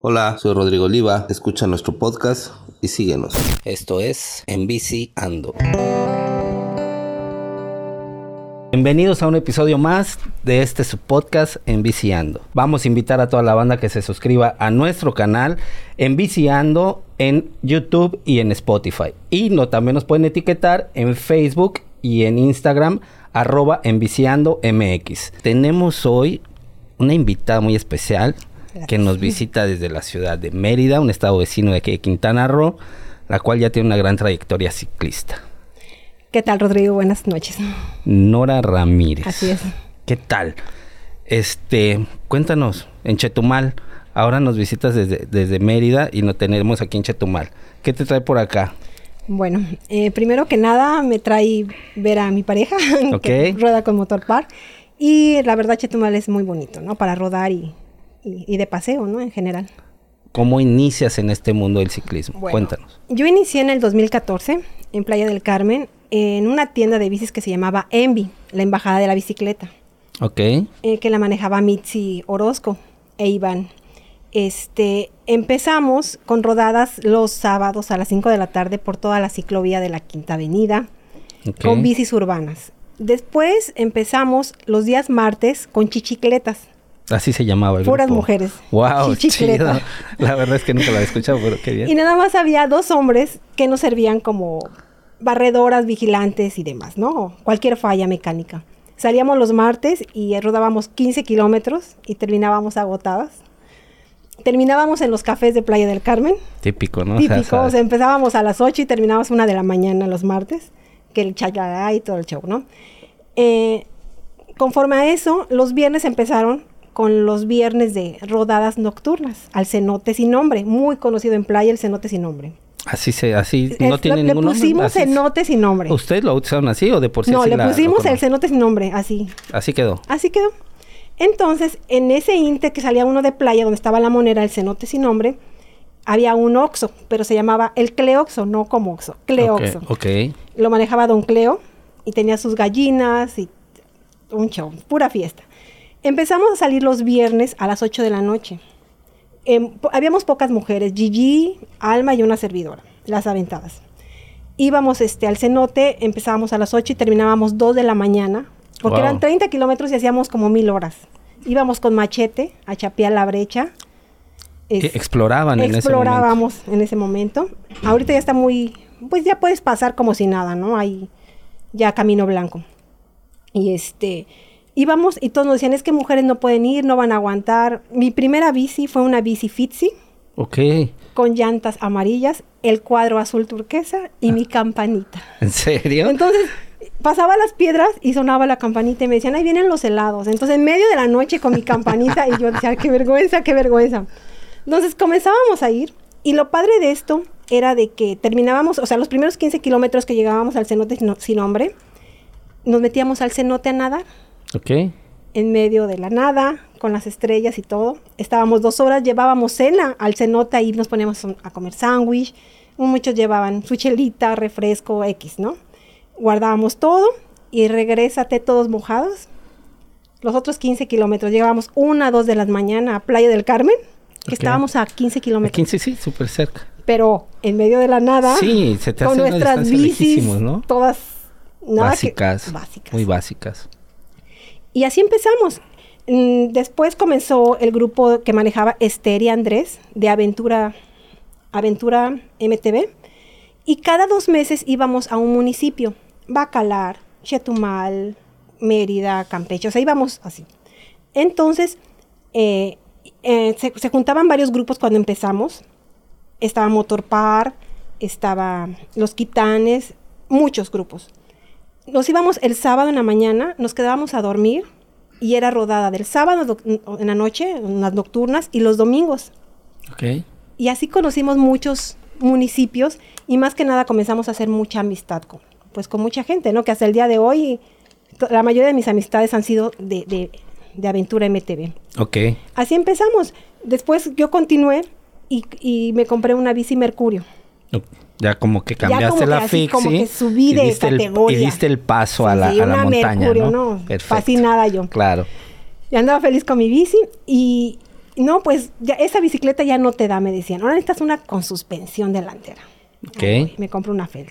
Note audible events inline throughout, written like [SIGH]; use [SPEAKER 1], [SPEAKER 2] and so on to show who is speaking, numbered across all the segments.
[SPEAKER 1] Hola, soy Rodrigo Oliva, escucha nuestro podcast y síguenos.
[SPEAKER 2] Esto es En Bici Ando.
[SPEAKER 3] Bienvenidos a un episodio más de este su podcast En Viciando. Vamos a invitar a toda la banda que se suscriba a nuestro canal En Viciando en YouTube y en Spotify. Y no, también nos pueden etiquetar en Facebook y en Instagram arroba Enviciando MX. Tenemos hoy una invitada muy especial que nos visita desde la ciudad de Mérida, un estado vecino de aquí de Quintana Roo, la cual ya tiene una gran trayectoria ciclista.
[SPEAKER 4] ¿Qué tal, Rodrigo? Buenas noches.
[SPEAKER 3] Nora Ramírez.
[SPEAKER 4] Así es.
[SPEAKER 3] ¿Qué tal? Este, cuéntanos, en Chetumal, ahora nos visitas desde, desde Mérida y nos tenemos aquí en Chetumal. ¿Qué te trae por acá?
[SPEAKER 4] Bueno, eh, primero que nada me trae ver a mi pareja, [LAUGHS] que
[SPEAKER 3] Ok.
[SPEAKER 4] rueda con motor par. Y la verdad, Chetumal es muy bonito, ¿no? Para rodar y, y- y de paseo, ¿no? En general.
[SPEAKER 3] ¿Cómo inicias en este mundo del ciclismo?
[SPEAKER 4] Bueno,
[SPEAKER 3] Cuéntanos.
[SPEAKER 4] Yo inicié en el 2014 en Playa del Carmen en una tienda de bicis que se llamaba Envy, la embajada de la bicicleta.
[SPEAKER 3] Ok,
[SPEAKER 4] eh, que la manejaba Mitzi Orozco e Iván. Este, empezamos con rodadas los sábados a las 5 de la tarde por toda la ciclovía de la Quinta Avenida
[SPEAKER 3] ok.
[SPEAKER 4] con bicis urbanas. Después empezamos los días martes con chichicletas.
[SPEAKER 3] Así se llamaba el
[SPEAKER 4] Puras
[SPEAKER 3] grupo.
[SPEAKER 4] mujeres.
[SPEAKER 3] Wow, chido.
[SPEAKER 4] Chichicleta.
[SPEAKER 3] La verdad es que nunca la he escuchado, pero qué bien.
[SPEAKER 4] Y nada más había dos hombres que nos servían como barredoras, vigilantes y demás, ¿no? Cualquier falla mecánica. Salíamos los martes y rodábamos 15 kilómetros y terminábamos agotadas. Terminábamos en los cafés de Playa del Carmen,
[SPEAKER 3] Típico, ¿no? [LAUGHS] O sea,
[SPEAKER 4] típico. o
[SPEAKER 3] sabes.
[SPEAKER 4] sea, empezábamos a las 8 y terminábamos una de la mañana los martes, que el chayará y todo el show, ¿no? Eh, conforme a eso, los viernes empezaron con los viernes de rodadas nocturnas al cenote sin nombre, muy conocido en playa el cenote sin nombre.
[SPEAKER 3] Así se, así no
[SPEAKER 4] Es-
[SPEAKER 3] tiene
[SPEAKER 4] le
[SPEAKER 3] ningún nombre.
[SPEAKER 4] pusimos
[SPEAKER 3] así es.
[SPEAKER 4] cenote sin nombre.
[SPEAKER 3] ¿Ustedes lo usaron así o de por sí?
[SPEAKER 4] no,
[SPEAKER 3] así
[SPEAKER 4] le
[SPEAKER 3] la- lo
[SPEAKER 4] pusimos el
[SPEAKER 3] conocen?
[SPEAKER 4] cenote sin nombre, así.
[SPEAKER 3] Así quedó.
[SPEAKER 4] Así quedó. Entonces, en ese inter que salía uno de playa, donde estaba la monera, el cenote sin nombre, había un oxo, pero se llamaba el Cleoxo, no como oxo, Cleoxo.
[SPEAKER 3] Ok. okay.
[SPEAKER 4] Lo manejaba Don Cleo y tenía sus gallinas y un show, pura fiesta. Empezamos a salir los viernes a las 8 de la noche. Em, po- habíamos pocas mujeres, Gigi, Alma y una servidora, las aventadas. Íbamos este, al cenote, empezábamos a las 8 y terminábamos 2 de la mañana, porque
[SPEAKER 3] Wow.
[SPEAKER 4] eran 30 kilómetros y hacíamos como mil horas. Íbamos con machete a chapear la brecha. Este,
[SPEAKER 3] E-
[SPEAKER 4] Es-
[SPEAKER 3] Exploraban en ese momento.
[SPEAKER 4] explorábamos en ese momento. Ahorita ya está muy, pues ya puedes pasar como si nada, ¿no? Hay ya camino blanco. Y este, íbamos y todos nos decían, es que mujeres no pueden ir, no van a aguantar. Mi primera bici fue una bici Fitzy
[SPEAKER 3] Ok.
[SPEAKER 4] con llantas amarillas, el cuadro azul turquesa y mi campanita.
[SPEAKER 3] ¿En serio?
[SPEAKER 4] Entonces, pasaba las piedras y sonaba la campanita y me decían, ahí vienen los helados. Entonces, en medio de la noche con mi campanita y yo decía, "Ay, qué vergüenza, qué vergüenza. Entonces, comenzábamos a ir y lo padre de esto era de que terminábamos, o sea, los primeros 15 kilómetros que llegábamos al cenote sin- sin nombre, nos metíamos al cenote a nadar
[SPEAKER 3] ok.
[SPEAKER 4] en medio de la nada, con las estrellas y todo. Estábamos dos horas, llevábamos cena al cenote y nos poníamos un- a comer sándwich. Muchos llevaban su chelita, refresco, X, ¿no? Guardábamos todo y regrésate todos mojados. Los otros 15 kilómetros, llegábamos una, dos de la mañana a Playa del Carmen, que
[SPEAKER 3] Ok.
[SPEAKER 4] estábamos a 15
[SPEAKER 3] A
[SPEAKER 4] kilómetros,
[SPEAKER 3] 15 sí, súper cerca.
[SPEAKER 4] pero en medio de la nada,
[SPEAKER 3] Sí, se te
[SPEAKER 4] con
[SPEAKER 3] hace una
[SPEAKER 4] nuestras
[SPEAKER 3] distancia
[SPEAKER 4] bicis,
[SPEAKER 3] lejísimos, ¿no?
[SPEAKER 4] todas nada que-
[SPEAKER 3] básicas,
[SPEAKER 4] básicas.
[SPEAKER 3] Muy básicas.
[SPEAKER 4] Y así empezamos. Mm, Después comenzó el grupo que manejaba Esther y Andrés de Aventura, Aventura MTV. Y cada dos meses íbamos a un municipio, Bacalar, Chetumal, Mérida, Campeche, o sea, íbamos así. Entonces, eh, eh, se, se juntaban varios grupos cuando empezamos. Estaba Motorpar, estaba Los Quitanes, muchos grupos. Nos íbamos el sábado en la mañana, nos quedábamos a dormir y era rodada del sábado doc- en la noche, en las nocturnas y los domingos.
[SPEAKER 3] Ok.
[SPEAKER 4] Y así conocimos muchos municipios y más que nada comenzamos a hacer mucha amistad con, pues con mucha gente, ¿no? Que hasta el día de hoy to- la mayoría de mis amistades han sido de, de- de Aventura MTV.
[SPEAKER 3] Ok.
[SPEAKER 4] Así empezamos. Después yo continué y, y me compré una bici Mercurio.
[SPEAKER 3] Ya como que
[SPEAKER 4] Ya como
[SPEAKER 3] cambiaste
[SPEAKER 4] que
[SPEAKER 3] la
[SPEAKER 4] así,
[SPEAKER 3] fixie.
[SPEAKER 4] como que subí de
[SPEAKER 3] y diste el-
[SPEAKER 4] categoría.
[SPEAKER 3] y diste el paso a
[SPEAKER 4] Sí,
[SPEAKER 3] la,
[SPEAKER 4] sí,
[SPEAKER 3] a la
[SPEAKER 4] una
[SPEAKER 3] montaña,
[SPEAKER 4] Mercurio,
[SPEAKER 3] ¿no?
[SPEAKER 4] no, fascinada yo.
[SPEAKER 3] Claro.
[SPEAKER 4] Y andaba feliz con mi bici y No, pues ya, esa bicicleta ya no te da, me decían. Ahora necesitas una con suspensión delantera.
[SPEAKER 3] Ok.
[SPEAKER 4] Ay, me compro una Feld.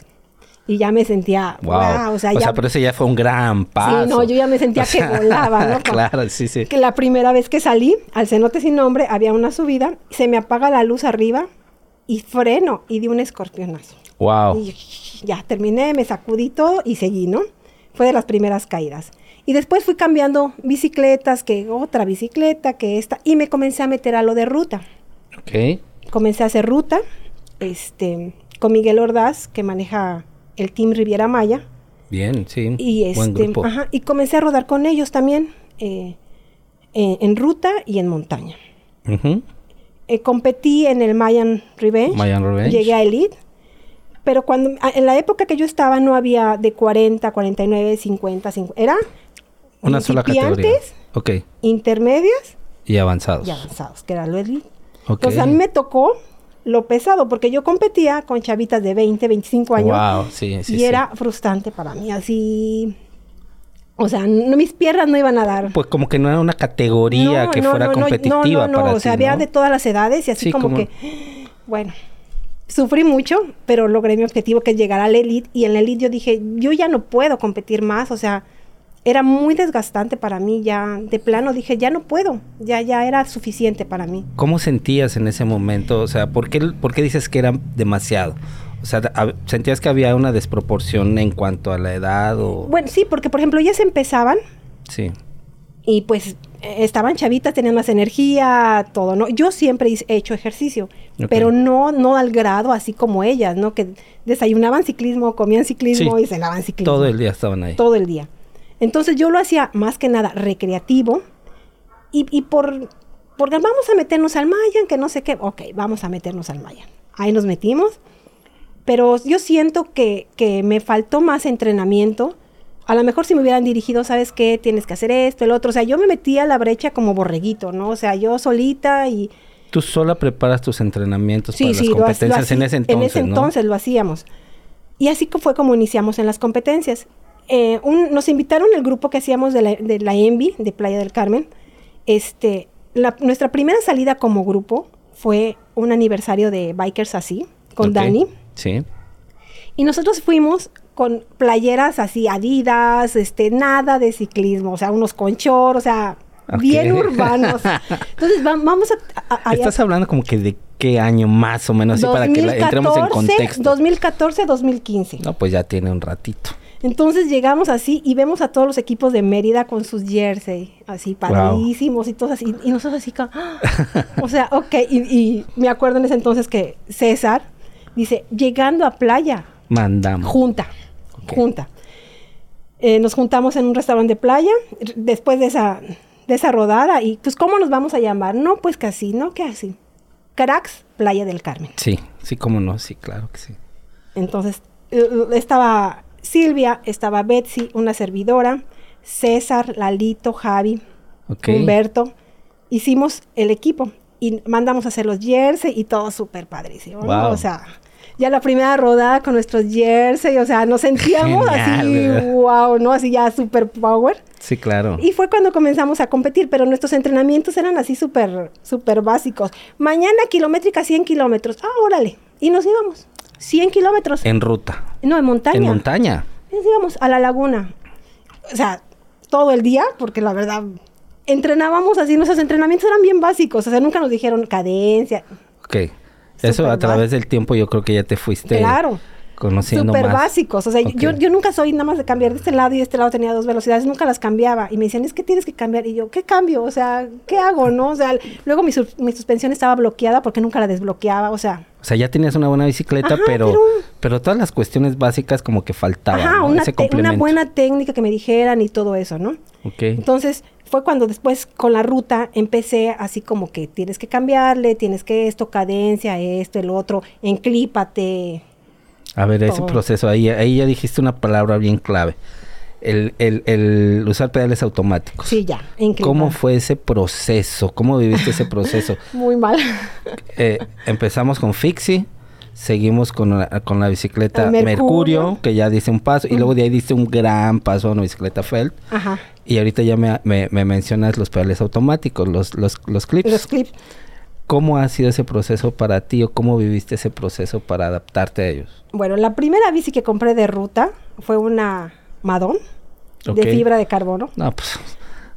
[SPEAKER 4] Y ya me sentía,
[SPEAKER 3] Wow.
[SPEAKER 4] wow, o sea, ya...
[SPEAKER 3] pero ese ya fue un gran paso.
[SPEAKER 4] Sí, no, yo ya me sentía
[SPEAKER 3] O sea, [LAUGHS]
[SPEAKER 4] que volaba, ¿no?
[SPEAKER 3] claro, sí, sí.
[SPEAKER 4] Que la primera vez que salí al cenote sin nombre había una subida, se me apaga la luz arriba y freno y di un escorpionazo.
[SPEAKER 3] Wow.
[SPEAKER 4] Y yo, ya terminé, me sacudí todo y seguí, ¿no? Fue de las primeras caídas. Y después fui cambiando bicicletas, que otra bicicleta, que esta, y me comencé a meter a lo de ruta.
[SPEAKER 3] Ok.
[SPEAKER 4] Comencé a hacer ruta este, con Miguel Ordaz, que maneja el Team Riviera Maya,
[SPEAKER 3] Bien, sí.
[SPEAKER 4] y, este,
[SPEAKER 3] Mm, Buen grupo.
[SPEAKER 4] ajá, y comencé a rodar con ellos también, eh, eh, en ruta y en montaña.
[SPEAKER 3] Ujú.
[SPEAKER 4] Eh, competí en el Mayan Revenge.
[SPEAKER 3] Mayan Revenge.
[SPEAKER 4] Llegué a Elite. Pero cuando, a- en la época que yo estaba no había de 40, 49, 50, 50. Era
[SPEAKER 3] Una sola categoría.
[SPEAKER 4] principiantes,
[SPEAKER 3] Ok.
[SPEAKER 4] intermedias
[SPEAKER 3] Y avanzados.
[SPEAKER 4] y avanzados, que era lo Elite.
[SPEAKER 3] Ok.
[SPEAKER 4] Entonces a mí me tocó lo pesado, porque yo competía con chavitas de 20, 25 años.
[SPEAKER 3] Wow, sí, sí,
[SPEAKER 4] y
[SPEAKER 3] sí.
[SPEAKER 4] era frustrante para mí, así... O sea, no, mis piernas no iban a dar.
[SPEAKER 3] Pues como que no era una categoría
[SPEAKER 4] No,
[SPEAKER 3] que
[SPEAKER 4] no,
[SPEAKER 3] fuera
[SPEAKER 4] no, no,
[SPEAKER 3] competitiva
[SPEAKER 4] no, no, no,
[SPEAKER 3] para
[SPEAKER 4] o sea,
[SPEAKER 3] ti,
[SPEAKER 4] había
[SPEAKER 3] ¿no?
[SPEAKER 4] de todas las edades y así
[SPEAKER 3] Sí,
[SPEAKER 4] como,
[SPEAKER 3] como-
[SPEAKER 4] que, [GASPS] bueno, sufrí mucho, pero logré mi objetivo que es llegar a la elite y en la elite yo dije, yo ya no puedo competir más, o sea, era muy desgastante para mí, ya de plano dije, ya no puedo, ya, ya era suficiente para mí.
[SPEAKER 3] ¿Cómo sentías en ese momento? O sea, ¿por qué, por qué dices que era demasiado? O sea, hab- ¿sentías que había una desproporción en cuanto a la edad o...?
[SPEAKER 4] Bueno, sí, porque por ejemplo ellas empezaban
[SPEAKER 3] Sí.
[SPEAKER 4] y pues eh, estaban chavitas, tenían más energía, todo, ¿no? Yo siempre hice- he hecho ejercicio,
[SPEAKER 3] Ok.
[SPEAKER 4] pero no no al grado así como ellas, ¿no? Que desayunaban ciclismo, comían ciclismo
[SPEAKER 3] Sí.
[SPEAKER 4] y cenaban ciclismo.
[SPEAKER 3] Todo el día estaban ahí.
[SPEAKER 4] Todo el día. Entonces yo lo hacía más que nada recreativo y, y por, porque vamos a meternos al Mayan, que no sé qué, ok, vamos a meternos al Mayan. Ahí nos metimos, pero yo siento que, que me faltó más entrenamiento. A lo mejor si me hubieran dirigido, ¿sabes qué? Tienes que hacer esto, el otro. O sea, yo me metía a la brecha como borreguito, ¿no? O sea, yo solita y...
[SPEAKER 3] Tú sola preparas tus entrenamientos pues, para las
[SPEAKER 4] lo ha- lo
[SPEAKER 3] competencias en
[SPEAKER 4] hacía-
[SPEAKER 3] ese entonces, ¿no?
[SPEAKER 4] entonces lo hacíamos. Y así co- fue como iniciamos en las competencias. Eh, un- nos invitaron el grupo que hacíamos de la, de la Envy, de Playa del Carmen. Este, la- nuestra primera salida como grupo fue un aniversario de Bikers Así, con
[SPEAKER 3] Ok.
[SPEAKER 4] Dani.
[SPEAKER 3] Sí.
[SPEAKER 4] Y nosotros fuimos con playeras así, adidas, este, nada de ciclismo, o sea, unos conchor, o sea,
[SPEAKER 3] Ok. [LAUGHS]
[SPEAKER 4] bien urbanos. Entonces, va- vamos a... a- a-
[SPEAKER 3] Estás hablando como que de qué año más o menos, así para que la- entremos en contexto.
[SPEAKER 4] 2014, 2015.
[SPEAKER 3] No, pues ya tiene un ratito.
[SPEAKER 4] Entonces llegamos así y vemos a todos los equipos de Mérida con sus jersey, así padrísimos y todos así. Y nosotros así como, ¡ah! o sea, ok. Y, y me acuerdo en ese entonces que César dice, llegando a playa,
[SPEAKER 3] Mandamos.
[SPEAKER 4] junta,
[SPEAKER 3] Ok.
[SPEAKER 4] junta. Eh, nos juntamos en un restaurante de playa r- después de esa, de esa rodada y pues, ¿cómo nos vamos a llamar? No, pues que así, ¿no? Que así. Cracks, Playa del Carmen.
[SPEAKER 3] Sí, sí, cómo no, sí, claro que sí.
[SPEAKER 4] Entonces, eh, estaba Silvia, estaba Betsy, una servidora, César, Lalito, Javi,
[SPEAKER 3] Ok.
[SPEAKER 4] Humberto. Hicimos el equipo y mandamos a hacer los jersey y todo súper padrísimo. ¿no?
[SPEAKER 3] Wow.
[SPEAKER 4] O sea, ya la primera rodada con nuestros jersey, o sea, nos sentíamos así,
[SPEAKER 3] Genial, ¿verdad?
[SPEAKER 4] wow, ¿no? Así ya super power.
[SPEAKER 3] Sí, claro.
[SPEAKER 4] Y fue cuando comenzamos a competir, pero nuestros entrenamientos eran así súper, súper básicos. Mañana kilométrica 100 kilómetros. Ah, órale. Y nos íbamos. 100 kilómetros.
[SPEAKER 3] En ruta.
[SPEAKER 4] No, en montaña.
[SPEAKER 3] En montaña.
[SPEAKER 4] Nos íbamos a la laguna. O sea, todo el día, porque la verdad, entrenábamos así, nuestros entrenamientos eran bien básicos. O sea, nunca nos dijeron cadencia.
[SPEAKER 3] Ok. Eso a
[SPEAKER 4] Súper
[SPEAKER 3] través del tiempo yo creo que ya te fuiste
[SPEAKER 4] Claro.
[SPEAKER 3] conociendo
[SPEAKER 4] Súper
[SPEAKER 3] más.
[SPEAKER 4] básicos. O sea, yo,
[SPEAKER 3] Ok.
[SPEAKER 4] yo nunca soy nada más de cambiar de este lado y de este lado tenía dos velocidades, nunca las cambiaba. Y me decían, es que tienes que cambiar. Y yo, ¿qué cambio? O sea, ¿qué hago? ¿No? O sea, luego mi, sus- mi suspensión estaba bloqueada porque nunca la desbloqueaba. O sea,
[SPEAKER 3] O sea, ya tenías una buena bicicleta,
[SPEAKER 4] Ajá,
[SPEAKER 3] pero,
[SPEAKER 4] pero-
[SPEAKER 3] pero todas las cuestiones básicas como que faltaban,
[SPEAKER 4] ajá,
[SPEAKER 3] ¿no?
[SPEAKER 4] una,
[SPEAKER 3] Ese
[SPEAKER 4] te- una
[SPEAKER 3] complemento.
[SPEAKER 4] buena técnica que me dijeran y todo eso, ¿no?
[SPEAKER 3] Ok.
[SPEAKER 4] Entonces fue cuando después con la ruta empecé así como que tienes que cambiarle, tienes que esto, cadencia, esto, el otro, enclípate.
[SPEAKER 3] A ver, ese
[SPEAKER 4] todo.
[SPEAKER 3] proceso, ahí, ahí ya dijiste una palabra bien clave. El, el- el usar pedales automáticos.
[SPEAKER 4] Sí, ya, enclípate.
[SPEAKER 3] ¿Cómo fue ese proceso? ¿Cómo viviste ese proceso?
[SPEAKER 4] Muy mal.
[SPEAKER 3] Eh, empezamos con Fixie, seguimos con la, con la bicicleta
[SPEAKER 4] El
[SPEAKER 3] Mercurio.
[SPEAKER 4] Mercurio.
[SPEAKER 3] que ya dice un paso, y luego de ahí diste un gran paso a una bicicleta Felt.
[SPEAKER 4] [LAUGHS] Ajá.
[SPEAKER 3] Y ahorita ya me, me- me mencionas los pedales automáticos, los, los, los clips.
[SPEAKER 4] Los clips.
[SPEAKER 3] ¿Cómo ha sido ese proceso para ti o cómo viviste ese proceso para adaptarte a ellos?
[SPEAKER 4] Bueno, la primera bici que compré de ruta fue una Madón
[SPEAKER 3] Ok.
[SPEAKER 4] de fibra de carbono.
[SPEAKER 3] No, pues,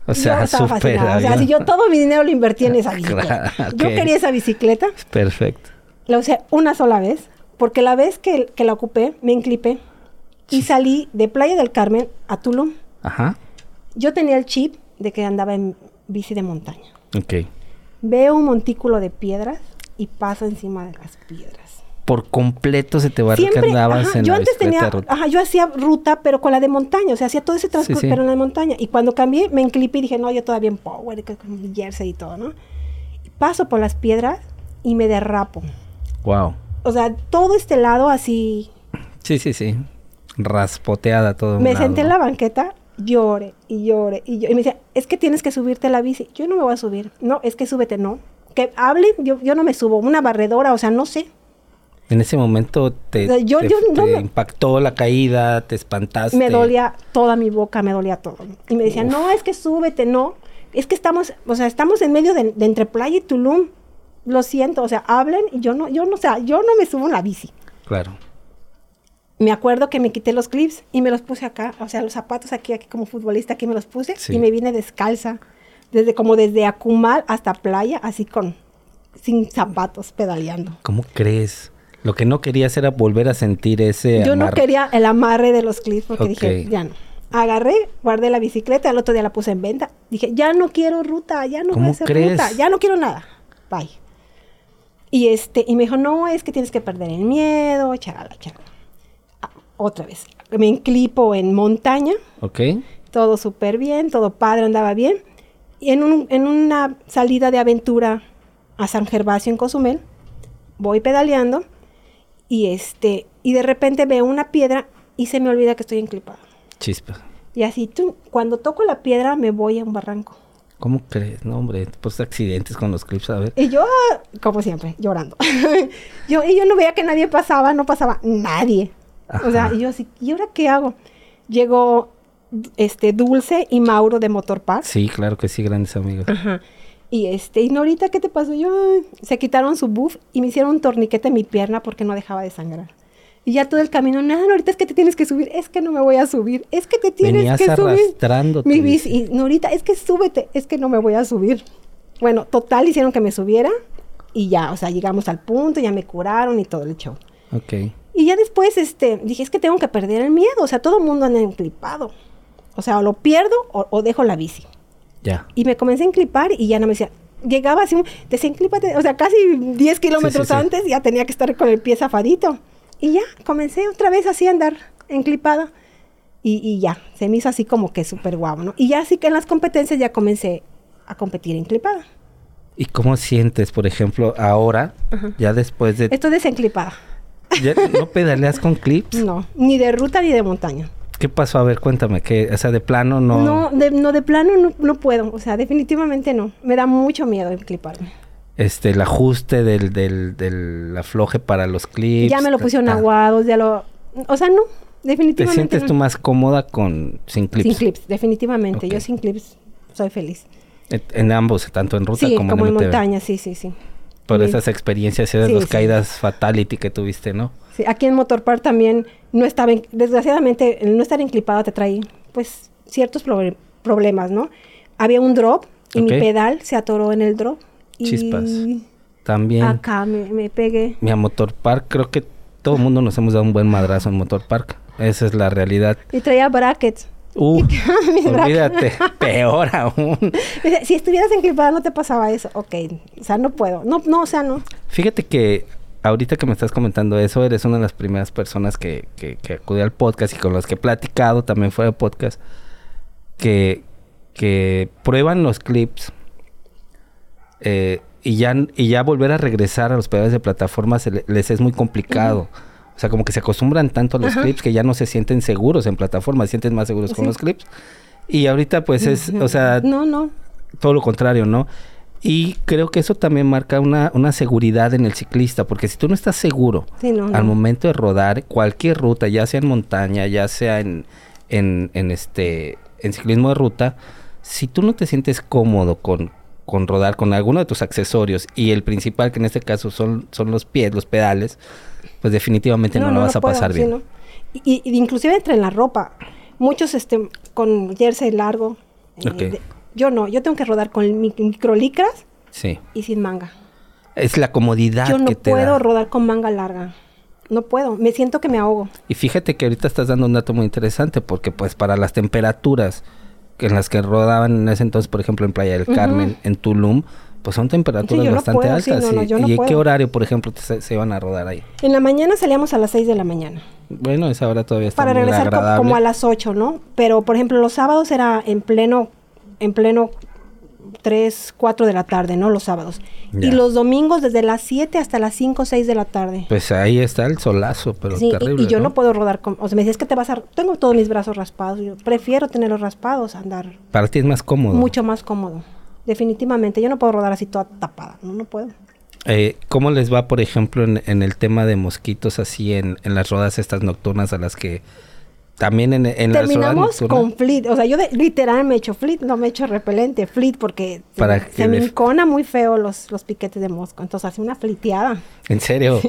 [SPEAKER 3] o
[SPEAKER 4] Yo
[SPEAKER 3] sea,
[SPEAKER 4] estaba fascinada.
[SPEAKER 3] supera.
[SPEAKER 4] O sea,
[SPEAKER 3] ¿no?
[SPEAKER 4] si yo todo mi dinero lo invertí en esa bicicleta.
[SPEAKER 3] [LAUGHS] Claro,
[SPEAKER 4] Yo
[SPEAKER 3] ok.
[SPEAKER 4] quería esa bicicleta,
[SPEAKER 3] Perfecto.
[SPEAKER 4] la usé una sola vez, porque la vez que, que la ocupé, me enclipé y salí de Playa del Carmen a Tulum.
[SPEAKER 3] Ajá.
[SPEAKER 4] Yo tenía el chip de que andaba en bici de montaña.
[SPEAKER 3] Ok.
[SPEAKER 4] Veo un montículo de piedras y paso encima de las piedras.
[SPEAKER 3] Por completo se te va
[SPEAKER 4] Siempre,
[SPEAKER 3] andabas
[SPEAKER 4] ajá,
[SPEAKER 3] en
[SPEAKER 4] yo
[SPEAKER 3] la
[SPEAKER 4] antes
[SPEAKER 3] bicicleta
[SPEAKER 4] tenía,
[SPEAKER 3] ruta.
[SPEAKER 4] ajá, yo hacía ruta, pero con la de montaña, o sea, hacía todo ese transcurso,
[SPEAKER 3] sí.
[SPEAKER 4] pero en la de montaña. Y cuando cambié, me enclipé y dije, no, yo todavía en power, que- con mi jersey y todo, ¿no? Y paso por las piedras y me derrapo.
[SPEAKER 3] Wow.
[SPEAKER 4] O sea, todo este lado así,
[SPEAKER 3] Sí, sí, sí. Raspoteada todo.
[SPEAKER 4] me
[SPEAKER 3] un
[SPEAKER 4] senté en la
[SPEAKER 3] lado.
[SPEAKER 4] banqueta, lloré y lloré y lloré. Y me decía, es que tienes que subirte a la bici. Yo no me voy a subir. No, es que súbete, no. Que hable, yo, yo no me subo. Una barredora, o sea, no sé.
[SPEAKER 3] En ese momento te,
[SPEAKER 4] O sea, yo-
[SPEAKER 3] te-
[SPEAKER 4] yo no
[SPEAKER 3] te
[SPEAKER 4] me-
[SPEAKER 3] impactó la caída, te espantaste.
[SPEAKER 4] Me dolía toda mi boca, me dolía todo. Y me decían, no, es que súbete, no. Es que estamos, o sea, estamos en medio de, de entre playa y Tulum. Lo siento, o sea, hablen y yo no, yo no, o sea, yo no me subo en la bici.
[SPEAKER 3] Claro.
[SPEAKER 4] Me acuerdo que me quité los clips y me los puse acá, o sea, los zapatos aquí, aquí como futbolista, aquí me los puse
[SPEAKER 3] Sí.
[SPEAKER 4] y me vine descalza, desde como desde Acumal hasta playa, así con, sin zapatos, pedaleando.
[SPEAKER 3] ¿Cómo crees? Lo que no querías era volver a sentir ese.
[SPEAKER 4] Yo no
[SPEAKER 3] amar-
[SPEAKER 4] quería el amarre de los clips porque dije,
[SPEAKER 3] Ok.
[SPEAKER 4] ya no. Agarré, guardé la bicicleta, al otro día la puse en venta. Dije, ya no quiero ruta, ya no voy
[SPEAKER 3] ¿Cómo
[SPEAKER 4] a hacer
[SPEAKER 3] crees?
[SPEAKER 4] ruta, ya no quiero nada. Bye. Y este, y me dijo, no, es que tienes que perder el miedo, charala, charala. Ah, Otra vez. Me enclipo en montaña,
[SPEAKER 3] Ok.
[SPEAKER 4] todo súper bien, todo padre, andaba bien. Y en, un- en una salida de aventura a San Gervasio en Cozumel, voy pedaleando y este y de repente veo una piedra y se me olvida que estoy enclipada.
[SPEAKER 3] Chispa.
[SPEAKER 4] Y así, tum, cuando toco la piedra me voy a un barranco.
[SPEAKER 3] ¿Cómo crees? No, hombre. Pues accidentes con los clips, a ver.
[SPEAKER 4] Y yo, ah, como siempre, llorando. [LAUGHS] yo, y yo no veía que nadie pasaba, no pasaba nadie. O sea,
[SPEAKER 3] Ajá.
[SPEAKER 4] y yo así, ¿y ahora qué hago? Llegó este Dulce y Mauro de Motor Park.
[SPEAKER 3] Sí, claro que sí, grandes amigos.
[SPEAKER 4] Ajá. Y este, y Norita, ¿qué te pasó? Yo, "Ay". se quitaron su buff y me hicieron un torniquete en mi pierna porque no dejaba de sangrar. Y ya todo el camino, nada, Norita, es que te tienes que subir, es que no me voy a subir, es que te tienes
[SPEAKER 3] Venías
[SPEAKER 4] que subir.
[SPEAKER 3] arrastrando tu
[SPEAKER 4] Mi bici, y Norita, es que súbete, es que no me voy a subir. Bueno, total, hicieron que me subiera y ya, o sea, llegamos al punto, ya me curaron y todo el show.
[SPEAKER 3] Ok.
[SPEAKER 4] Y ya después, este, dije, es que tengo que perder el miedo, o sea, todo el mundo anda enclipado. O sea, o lo pierdo o- o dejo la bici.
[SPEAKER 3] Ya.
[SPEAKER 4] Y me comencé a enclipar y ya no me decía, llegaba así, un, desenclípate, o sea, casi 10 kilómetros
[SPEAKER 3] sí.
[SPEAKER 4] antes ya tenía que estar con el pie zafadito. Y ya, comencé otra vez así a andar enclipada. Y, y ya, se me hizo así como que súper guau, ¿no? Y ya así que en las competencias ya comencé a competir enclipada.
[SPEAKER 3] ¿Y cómo sientes, por ejemplo, ahora, ya después de...
[SPEAKER 4] Esto desenclipada.
[SPEAKER 3] ya ¿No pedaleas con clips?
[SPEAKER 4] [LAUGHS] No, ni de ruta ni de montaña.
[SPEAKER 3] ¿Qué pasó? A ver, cuéntame, que, o sea, de plano no...
[SPEAKER 4] No, de, no, de plano no, no puedo, o sea, definitivamente no. Me da mucho miedo encliparme.
[SPEAKER 3] Este, el ajuste del, del, del afloje para los clips.
[SPEAKER 4] ya me lo
[SPEAKER 3] ta,
[SPEAKER 4] pusieron
[SPEAKER 3] ta.
[SPEAKER 4] aguados, ya lo... O sea, no,
[SPEAKER 3] pues ¿Te
[SPEAKER 4] definitivamente
[SPEAKER 3] sientes
[SPEAKER 4] no.
[SPEAKER 3] tú más cómoda con sin clips?
[SPEAKER 4] Sin clips, definitivamente. Yo
[SPEAKER 3] Ok.
[SPEAKER 4] sin clips soy feliz.
[SPEAKER 3] En, en ambos, tanto en ruta
[SPEAKER 4] sí,
[SPEAKER 3] como,
[SPEAKER 4] como, en
[SPEAKER 3] MTB.
[SPEAKER 4] montaña, sí, sí, sí,
[SPEAKER 3] Por
[SPEAKER 4] Sí.
[SPEAKER 3] esas experiencias, esas
[SPEAKER 4] Sí,
[SPEAKER 3] dos
[SPEAKER 4] sí.
[SPEAKER 3] caídas fatality que tuviste, ¿no?
[SPEAKER 4] Sí, Aquí en Motorpark también no estaba, en- desgraciadamente, el no estar enclipada te trae, pues, ciertos proble- problemas, ¿no? Había un drop y
[SPEAKER 3] Ok.
[SPEAKER 4] mi pedal se atoró en el drop. Y
[SPEAKER 3] Chispas. También...
[SPEAKER 4] Acá me, me pegué.
[SPEAKER 3] Mira, Motor Park, creo que todo el mundo nos hemos dado un buen madrazo en Motor Park. Esa es la
[SPEAKER 4] [LAUGHS]
[SPEAKER 3] realidad.
[SPEAKER 4] Y traía brackets.
[SPEAKER 3] Uh,
[SPEAKER 4] Mis
[SPEAKER 3] olvídate, [LAUGHS] peor aún.
[SPEAKER 4] Me dice, Si estuvieras enclipada no te pasaba eso. Ok, o sea, no puedo. No, no, o sea, no.
[SPEAKER 3] Fíjate que ahorita que me estás comentando eso, eres una de las primeras personas que, que, que acude al podcast y con las que he platicado también fuera de podcast, que, que prueban los clips eh, y, ya, y ya volver a regresar a los pedales de plataforma se le- les es muy complicado. O sea, como que se acostumbran tanto a los clips que ya no se sienten seguros en plataforma, se sienten más seguros con
[SPEAKER 4] Sí.
[SPEAKER 3] los clips. Y ahorita pues es, o sea,
[SPEAKER 4] No, no.
[SPEAKER 3] todo lo contrario, ¿no? Y creo que eso también marca una, una seguridad en el ciclista, porque si tú no estás seguro
[SPEAKER 4] Sí, no,
[SPEAKER 3] al
[SPEAKER 4] no.
[SPEAKER 3] momento de rodar cualquier ruta, ya sea en montaña, ya sea en, en, en este en ciclismo de ruta, si tú no te sientes cómodo con, con rodar con alguno de tus accesorios y el principal, que en este caso son, son los pies, los pedales, pues definitivamente no, lo vas a
[SPEAKER 4] puedo,
[SPEAKER 3] pasar
[SPEAKER 4] sí,
[SPEAKER 3] bien.
[SPEAKER 4] ¿no? y, y- inclusive entre en la ropa. Muchos este, con jersey largo. eh,
[SPEAKER 3] Ok.
[SPEAKER 4] de- yo no, yo tengo que rodar con mi- microlicras
[SPEAKER 3] Sí.
[SPEAKER 4] y sin manga.
[SPEAKER 3] Es la comodidad
[SPEAKER 4] yo no
[SPEAKER 3] que Ah, te
[SPEAKER 4] puedo
[SPEAKER 3] da.
[SPEAKER 4] rodar con manga larga. No puedo, me siento que me ahogo.
[SPEAKER 3] Y fíjate que ahorita estás dando un dato muy interesante porque pues para las temperaturas que en las que rodaban en ese entonces, por ejemplo, en Playa del Carmen, en Tulum, pues son temperaturas
[SPEAKER 4] Sí, yo no
[SPEAKER 3] bastante
[SPEAKER 4] puedo, sí,
[SPEAKER 3] altas.
[SPEAKER 4] no, no,
[SPEAKER 3] y,
[SPEAKER 4] yo no
[SPEAKER 3] ¿Y en qué
[SPEAKER 4] puedo.
[SPEAKER 3] horario, por ejemplo, te- se, se iban a rodar ahí?
[SPEAKER 4] En la mañana salíamos a las 6 de la mañana
[SPEAKER 3] Bueno, esa hora todavía está
[SPEAKER 4] para
[SPEAKER 3] muy
[SPEAKER 4] regresar co-
[SPEAKER 3] agradable.
[SPEAKER 4] como a las 8, ¿no? Pero por ejemplo, los sábados era en pleno en pleno 3, 4 de la tarde, ¿no? Los sábados.
[SPEAKER 3] Ya.
[SPEAKER 4] Y los domingos desde las 7 hasta las 5, 6 de la tarde.
[SPEAKER 3] Pues ahí está el solazo, pero
[SPEAKER 4] Sí, y-
[SPEAKER 3] terrible.
[SPEAKER 4] y, yo ¿no? puedo rodar con, o sea, me decías que te vas a tengo todos mis brazos raspados, yo prefiero tenerlos raspados, a andar
[SPEAKER 3] Para ti es más cómodo.
[SPEAKER 4] mucho más cómodo. Definitivamente, yo no puedo rodar así toda tapada, no, no puedo.
[SPEAKER 3] Eh, ¿Cómo les va, por ejemplo, en, en el tema de mosquitos así en, en las rodas estas nocturnas a las que también en, en las rodas
[SPEAKER 4] Terminamos
[SPEAKER 3] nocturnas-
[SPEAKER 4] con flit. O sea, yo de- literal me echo flit, no me echo repelente, flit, porque se
[SPEAKER 3] Para
[SPEAKER 4] me-
[SPEAKER 3] que
[SPEAKER 4] se, me
[SPEAKER 3] def-
[SPEAKER 4] encona muy feo los, los piquetes de mosco. Entonces, hace una fliteada.
[SPEAKER 3] En
[SPEAKER 4] [LAUGHS]
[SPEAKER 3] serio.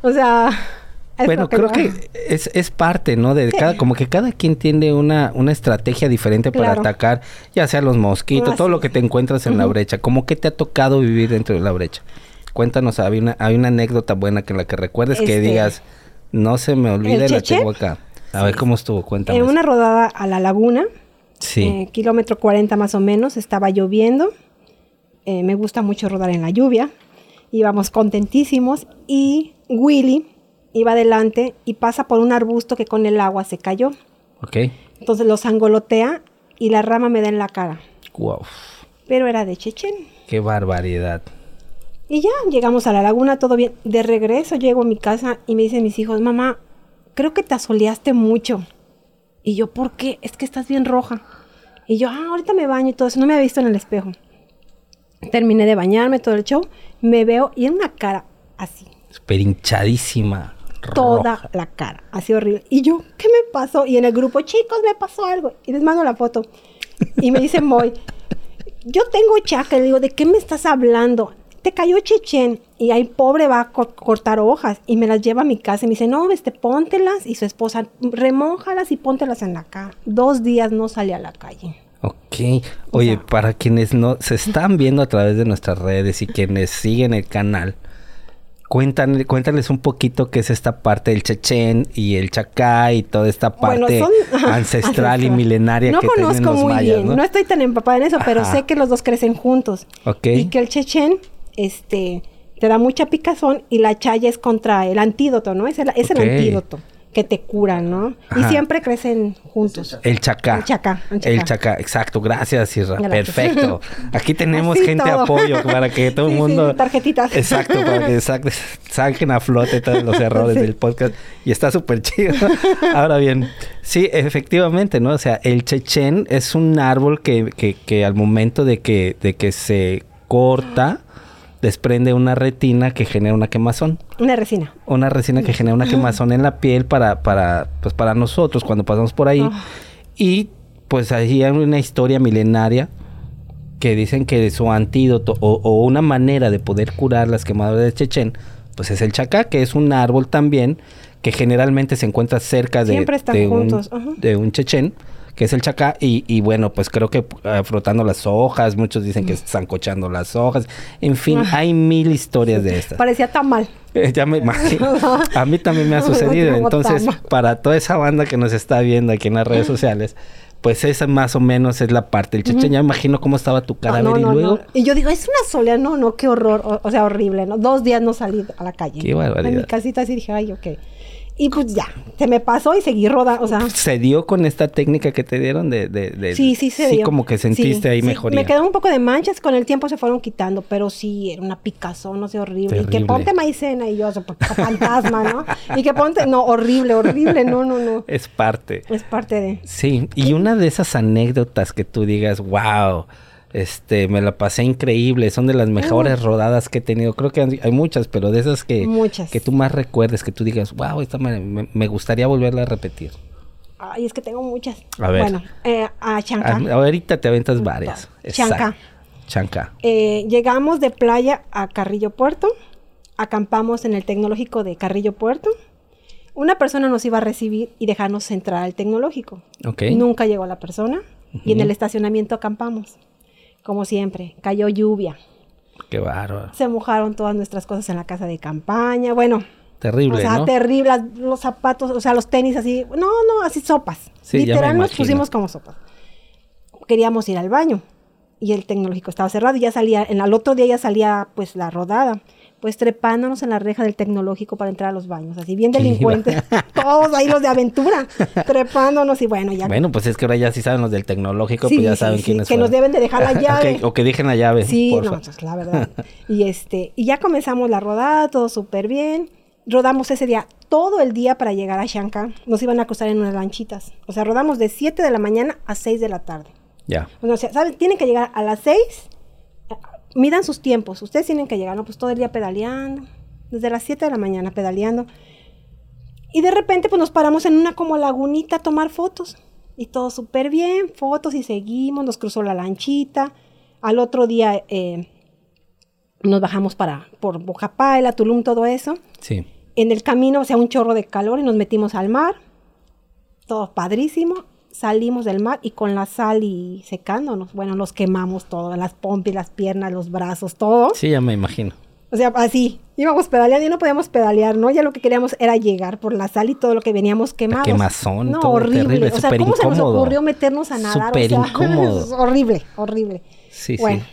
[SPEAKER 4] O sea. [LAUGHS] es
[SPEAKER 3] Bueno,
[SPEAKER 4] lo que
[SPEAKER 3] creo
[SPEAKER 4] yo
[SPEAKER 3] que
[SPEAKER 4] hago.
[SPEAKER 3] es, es parte, ¿no? De
[SPEAKER 4] Sí.
[SPEAKER 3] cada, como que cada quien tiene una, una estrategia diferente para
[SPEAKER 4] Claro.
[SPEAKER 3] atacar, ya sea los mosquitos,
[SPEAKER 4] Ah,
[SPEAKER 3] todo
[SPEAKER 4] sí.
[SPEAKER 3] lo que te encuentras en la brecha. ¿Cómo que te ha tocado vivir dentro de la brecha? Cuéntanos, hay una, hay una anécdota buena que en la que recuerdes que
[SPEAKER 4] Este,
[SPEAKER 3] digas, no se me olvida y la
[SPEAKER 4] Cheche?
[SPEAKER 3] tengo acá. A ver cómo estuvo, cuéntame.
[SPEAKER 4] En una rodada a la laguna,
[SPEAKER 3] Sí.
[SPEAKER 4] eh, kilómetro 40 más o menos, estaba lloviendo. Eh, me gusta mucho rodar en la lluvia. Íbamos contentísimos y Willy iba adelante y pasa por un arbusto que con el agua se cayó.
[SPEAKER 3] Ok.
[SPEAKER 4] Entonces los angolotea y la rama me da en la cara.
[SPEAKER 3] Wow.
[SPEAKER 4] Pero era de Chechen.
[SPEAKER 3] Qué barbaridad.
[SPEAKER 4] Y ya, llegamos a la laguna, todo bien. De regreso llego a mi casa y me dicen mis hijos, mamá, creo que te asoleaste mucho. Y yo, ¿por qué? Es que estás bien roja. Y yo, ah, ahorita me baño y todo eso. No me había visto en el espejo. Terminé de bañarme, todo el show. Me veo y en una cara así.
[SPEAKER 3] Súper hinchadísima.
[SPEAKER 4] Toda
[SPEAKER 3] roja.
[SPEAKER 4] la cara. Así horrible. Y yo, ¿qué me pasó? Y en el grupo, chicos, me pasó algo. Y les mando la foto. Y me dicen, Moy, yo tengo chaca. Y le digo, ¿de qué me estás hablando? Te cayó Chechen. Y ahí pobre va a co- cortar hojas. Y me las lleva a mi casa. Y me dice, no, este, póntelas. Y su esposa, remójalas y póntelas en la cara. Dos días no salí a la calle.
[SPEAKER 3] Ok. Oye,
[SPEAKER 4] Ya.
[SPEAKER 3] para quienes no se están viendo a través de nuestras redes y quienes siguen el canal, cuéntan- cuéntales un poquito qué es esta parte del Chechen y el Chacá y toda esta parte
[SPEAKER 4] [LAUGHS]
[SPEAKER 3] ancestral y
[SPEAKER 4] ajá, ancestral.
[SPEAKER 3] milenaria
[SPEAKER 4] No
[SPEAKER 3] que
[SPEAKER 4] conozco
[SPEAKER 3] tienen los
[SPEAKER 4] muy
[SPEAKER 3] mayas,
[SPEAKER 4] bien,
[SPEAKER 3] ¿no?
[SPEAKER 4] ¿no? estoy tan empapada en eso, pero
[SPEAKER 3] Ajá.
[SPEAKER 4] sé que los dos crecen juntos.
[SPEAKER 3] Ok.
[SPEAKER 4] Y que el chechén, este, te da mucha picazón y la chaya es contra el antídoto, ¿no? Es el, es el
[SPEAKER 3] Ok.
[SPEAKER 4] antídoto que te cura, ¿no?
[SPEAKER 3] Ajá.
[SPEAKER 4] Y siempre crecen juntos.
[SPEAKER 3] El chacá.
[SPEAKER 4] El chacá, el chacá.
[SPEAKER 3] El chacá, exacto. Gracias, Isra.
[SPEAKER 4] Gracias.
[SPEAKER 3] Perfecto. Aquí tenemos
[SPEAKER 4] Así
[SPEAKER 3] gente
[SPEAKER 4] todo.
[SPEAKER 3] apoyo para que todo el
[SPEAKER 4] [LAUGHS] Sí, sí,
[SPEAKER 3] mundo.
[SPEAKER 4] tarjetitas.
[SPEAKER 3] Exacto, para que sac- saquen a flote todos los errores
[SPEAKER 4] [LAUGHS] Sí.
[SPEAKER 3] del podcast. Y está súper
[SPEAKER 4] [LAUGHS]
[SPEAKER 3] chido. Ahora bien, sí, efectivamente, ¿no? O sea, el chechén es un árbol que, que- que al momento de que, de que se corta, desprende una retina que genera una quemazón
[SPEAKER 4] Una resina.
[SPEAKER 3] una resina que genera una quemazón en la piel para, para, pues para nosotros cuando pasamos por ahí.
[SPEAKER 4] Ah.
[SPEAKER 3] Y pues ahí hay una historia milenaria que dicen que su antídoto o, o una manera de poder curar las quemaduras de Chechen, pues es el chacá, que es un árbol también que generalmente se encuentra cerca de,
[SPEAKER 4] Siempre están
[SPEAKER 3] de
[SPEAKER 4] juntos, ajá.
[SPEAKER 3] un, de un chechen, que es el chacá, y, y bueno, pues creo que eh, frotando las hojas, muchos dicen
[SPEAKER 4] Mm.
[SPEAKER 3] que están cochando las hojas, en fin, hay mil historias de estas.
[SPEAKER 4] Parecía tan mal.
[SPEAKER 3] Eh, [LAUGHS] ya me imagino. A mí también
[SPEAKER 4] [LAUGHS]
[SPEAKER 3] me ha
[SPEAKER 4] No, no
[SPEAKER 3] sucedido.
[SPEAKER 4] tengo
[SPEAKER 3] Entonces,
[SPEAKER 4] tama.
[SPEAKER 3] para toda esa banda que nos está viendo aquí en las
[SPEAKER 4] [LAUGHS]
[SPEAKER 3] redes sociales, pues esa más o menos es la parte del chechen. Ya me imagino cómo estaba tu cara.
[SPEAKER 4] Ah,
[SPEAKER 3] a ver,
[SPEAKER 4] no,
[SPEAKER 3] y
[SPEAKER 4] no,
[SPEAKER 3] luego,
[SPEAKER 4] no. Y yo digo, es una soleada, no, no, qué horror, o, o sea, horrible, ¿no? Dos días no salí a la calle.
[SPEAKER 3] Qué barbaridad.
[SPEAKER 4] En mi casita así dije, ay, ok. Y pues ya, se me pasó y seguí rodando, o sea...
[SPEAKER 3] se dio con esta técnica que te dieron de... de, de-
[SPEAKER 4] Sí, sí se
[SPEAKER 3] Sí,
[SPEAKER 4] dio.
[SPEAKER 3] como que sentiste
[SPEAKER 4] Sí,
[SPEAKER 3] ahí
[SPEAKER 4] sí.
[SPEAKER 3] mejoría.
[SPEAKER 4] Me quedaron un poco de manchas, con el tiempo se fueron quitando, pero sí, era una picazón, no sé, horrible. Y
[SPEAKER 3] Terrible.
[SPEAKER 4] que ponte maicena y yo, o sea, pa- pa- fantasma, ¿no? Y que ponte, no, horrible, horrible, no, no, no.
[SPEAKER 3] [LAUGHS] Es parte.
[SPEAKER 4] Es parte de...
[SPEAKER 3] Sí, y una de esas anécdotas que tú digas, wow, este, me la pasé increíble, son de las mejores rodadas que he tenido. Creo que han- hay muchas, pero de esas que,
[SPEAKER 4] Muchas.
[SPEAKER 3] que tú más recuerdes, que tú digas, wow, esta me, me- me gustaría volverla a repetir.
[SPEAKER 4] Ay, es que tengo muchas.
[SPEAKER 3] A ver.
[SPEAKER 4] Bueno, eh, a
[SPEAKER 3] Ah,
[SPEAKER 4] Chancán.
[SPEAKER 3] Ahorita te aventas varias.
[SPEAKER 4] Chancá.
[SPEAKER 3] Exacto. Chancá.
[SPEAKER 4] Eh, llegamos de playa a Carrillo Puerto, acampamos en el tecnológico de Carrillo Puerto. Una persona nos iba a recibir y dejarnos entrar al tecnológico.
[SPEAKER 3] Ok.
[SPEAKER 4] Nunca llegó la persona y en el estacionamiento acampamos. Como siempre, cayó lluvia.
[SPEAKER 3] Qué bárbaro.
[SPEAKER 4] Se mojaron todas nuestras cosas en la casa de campaña. Bueno,
[SPEAKER 3] Terrible,
[SPEAKER 4] o sea,
[SPEAKER 3] ¿no?
[SPEAKER 4] terrible. las- Los zapatos, o sea, los tenis así. No, no, así sopas.
[SPEAKER 3] Sí, ya me
[SPEAKER 4] Literal nos
[SPEAKER 3] imagino.
[SPEAKER 4] pusimos como sopas. Queríamos ir al baño y el tecnológico estaba cerrado y ya salía, en el otro día ya salía pues la rodada. Pues trepándonos en la reja del tecnológico para entrar a los baños, así bien
[SPEAKER 3] Qué
[SPEAKER 4] delincuentes, [LAUGHS] todos ahí los de aventura, trepándonos y bueno, ya.
[SPEAKER 3] Bueno, pues es que ahora ya sí saben los del tecnológico,
[SPEAKER 4] Sí,
[SPEAKER 3] pues ya
[SPEAKER 4] sí,
[SPEAKER 3] saben
[SPEAKER 4] sí,
[SPEAKER 3] quiénes
[SPEAKER 4] que nos
[SPEAKER 3] fueron.
[SPEAKER 4] deben de dejar la llave.
[SPEAKER 3] [LAUGHS] Ok, o que dejen la llave.
[SPEAKER 4] Sí,
[SPEAKER 3] por
[SPEAKER 4] no,
[SPEAKER 3] favor.
[SPEAKER 4] pues, la verdad. Y este, y ya comenzamos la rodada, todo súper bien. Rodamos ese día todo el día para llegar a Shankan. Nos iban a cruzar en unas lanchitas. O sea, rodamos de 7 de la mañana a 6 de la tarde.
[SPEAKER 3] Ya.
[SPEAKER 4] O sea, ¿saben? Tienen que llegar a las 6. Midan sus tiempos. Ustedes tienen que llegar, ¿no? Pues todo el día pedaleando. Desde las 7 de la mañana pedaleando. Y de repente, pues nos paramos en una como lagunita a tomar fotos. Y todo súper bien, fotos y seguimos. Nos cruzó la lanchita. Al otro día eh, nos bajamos para, por Bojapaila, Tulum, todo eso
[SPEAKER 3] Sí.
[SPEAKER 4] en el camino, o sea, un chorro de calor y nos metimos al mar. Todo padrísimo. Salimos del mar y con la sal y secándonos. Bueno, nos quemamos todo, las pompis, las piernas, los brazos, todo.
[SPEAKER 3] Sí, ya me imagino.
[SPEAKER 4] O sea, así. Íbamos pedaleando y no podíamos pedalear, ¿no? Ya lo que queríamos era llegar por la sal y todo lo que veníamos quemados.
[SPEAKER 3] quemazón,
[SPEAKER 4] No,
[SPEAKER 3] todo
[SPEAKER 4] horrible.
[SPEAKER 3] terrible,
[SPEAKER 4] o sea,
[SPEAKER 3] súper
[SPEAKER 4] ¿cómo se nos
[SPEAKER 3] incómodo.
[SPEAKER 4] ocurrió meternos a nadar?
[SPEAKER 3] Súper
[SPEAKER 4] o sea, [LAUGHS]
[SPEAKER 3] incómodo.
[SPEAKER 4] es horrible, horrible.
[SPEAKER 3] Sí,
[SPEAKER 4] Bueno.
[SPEAKER 3] sí.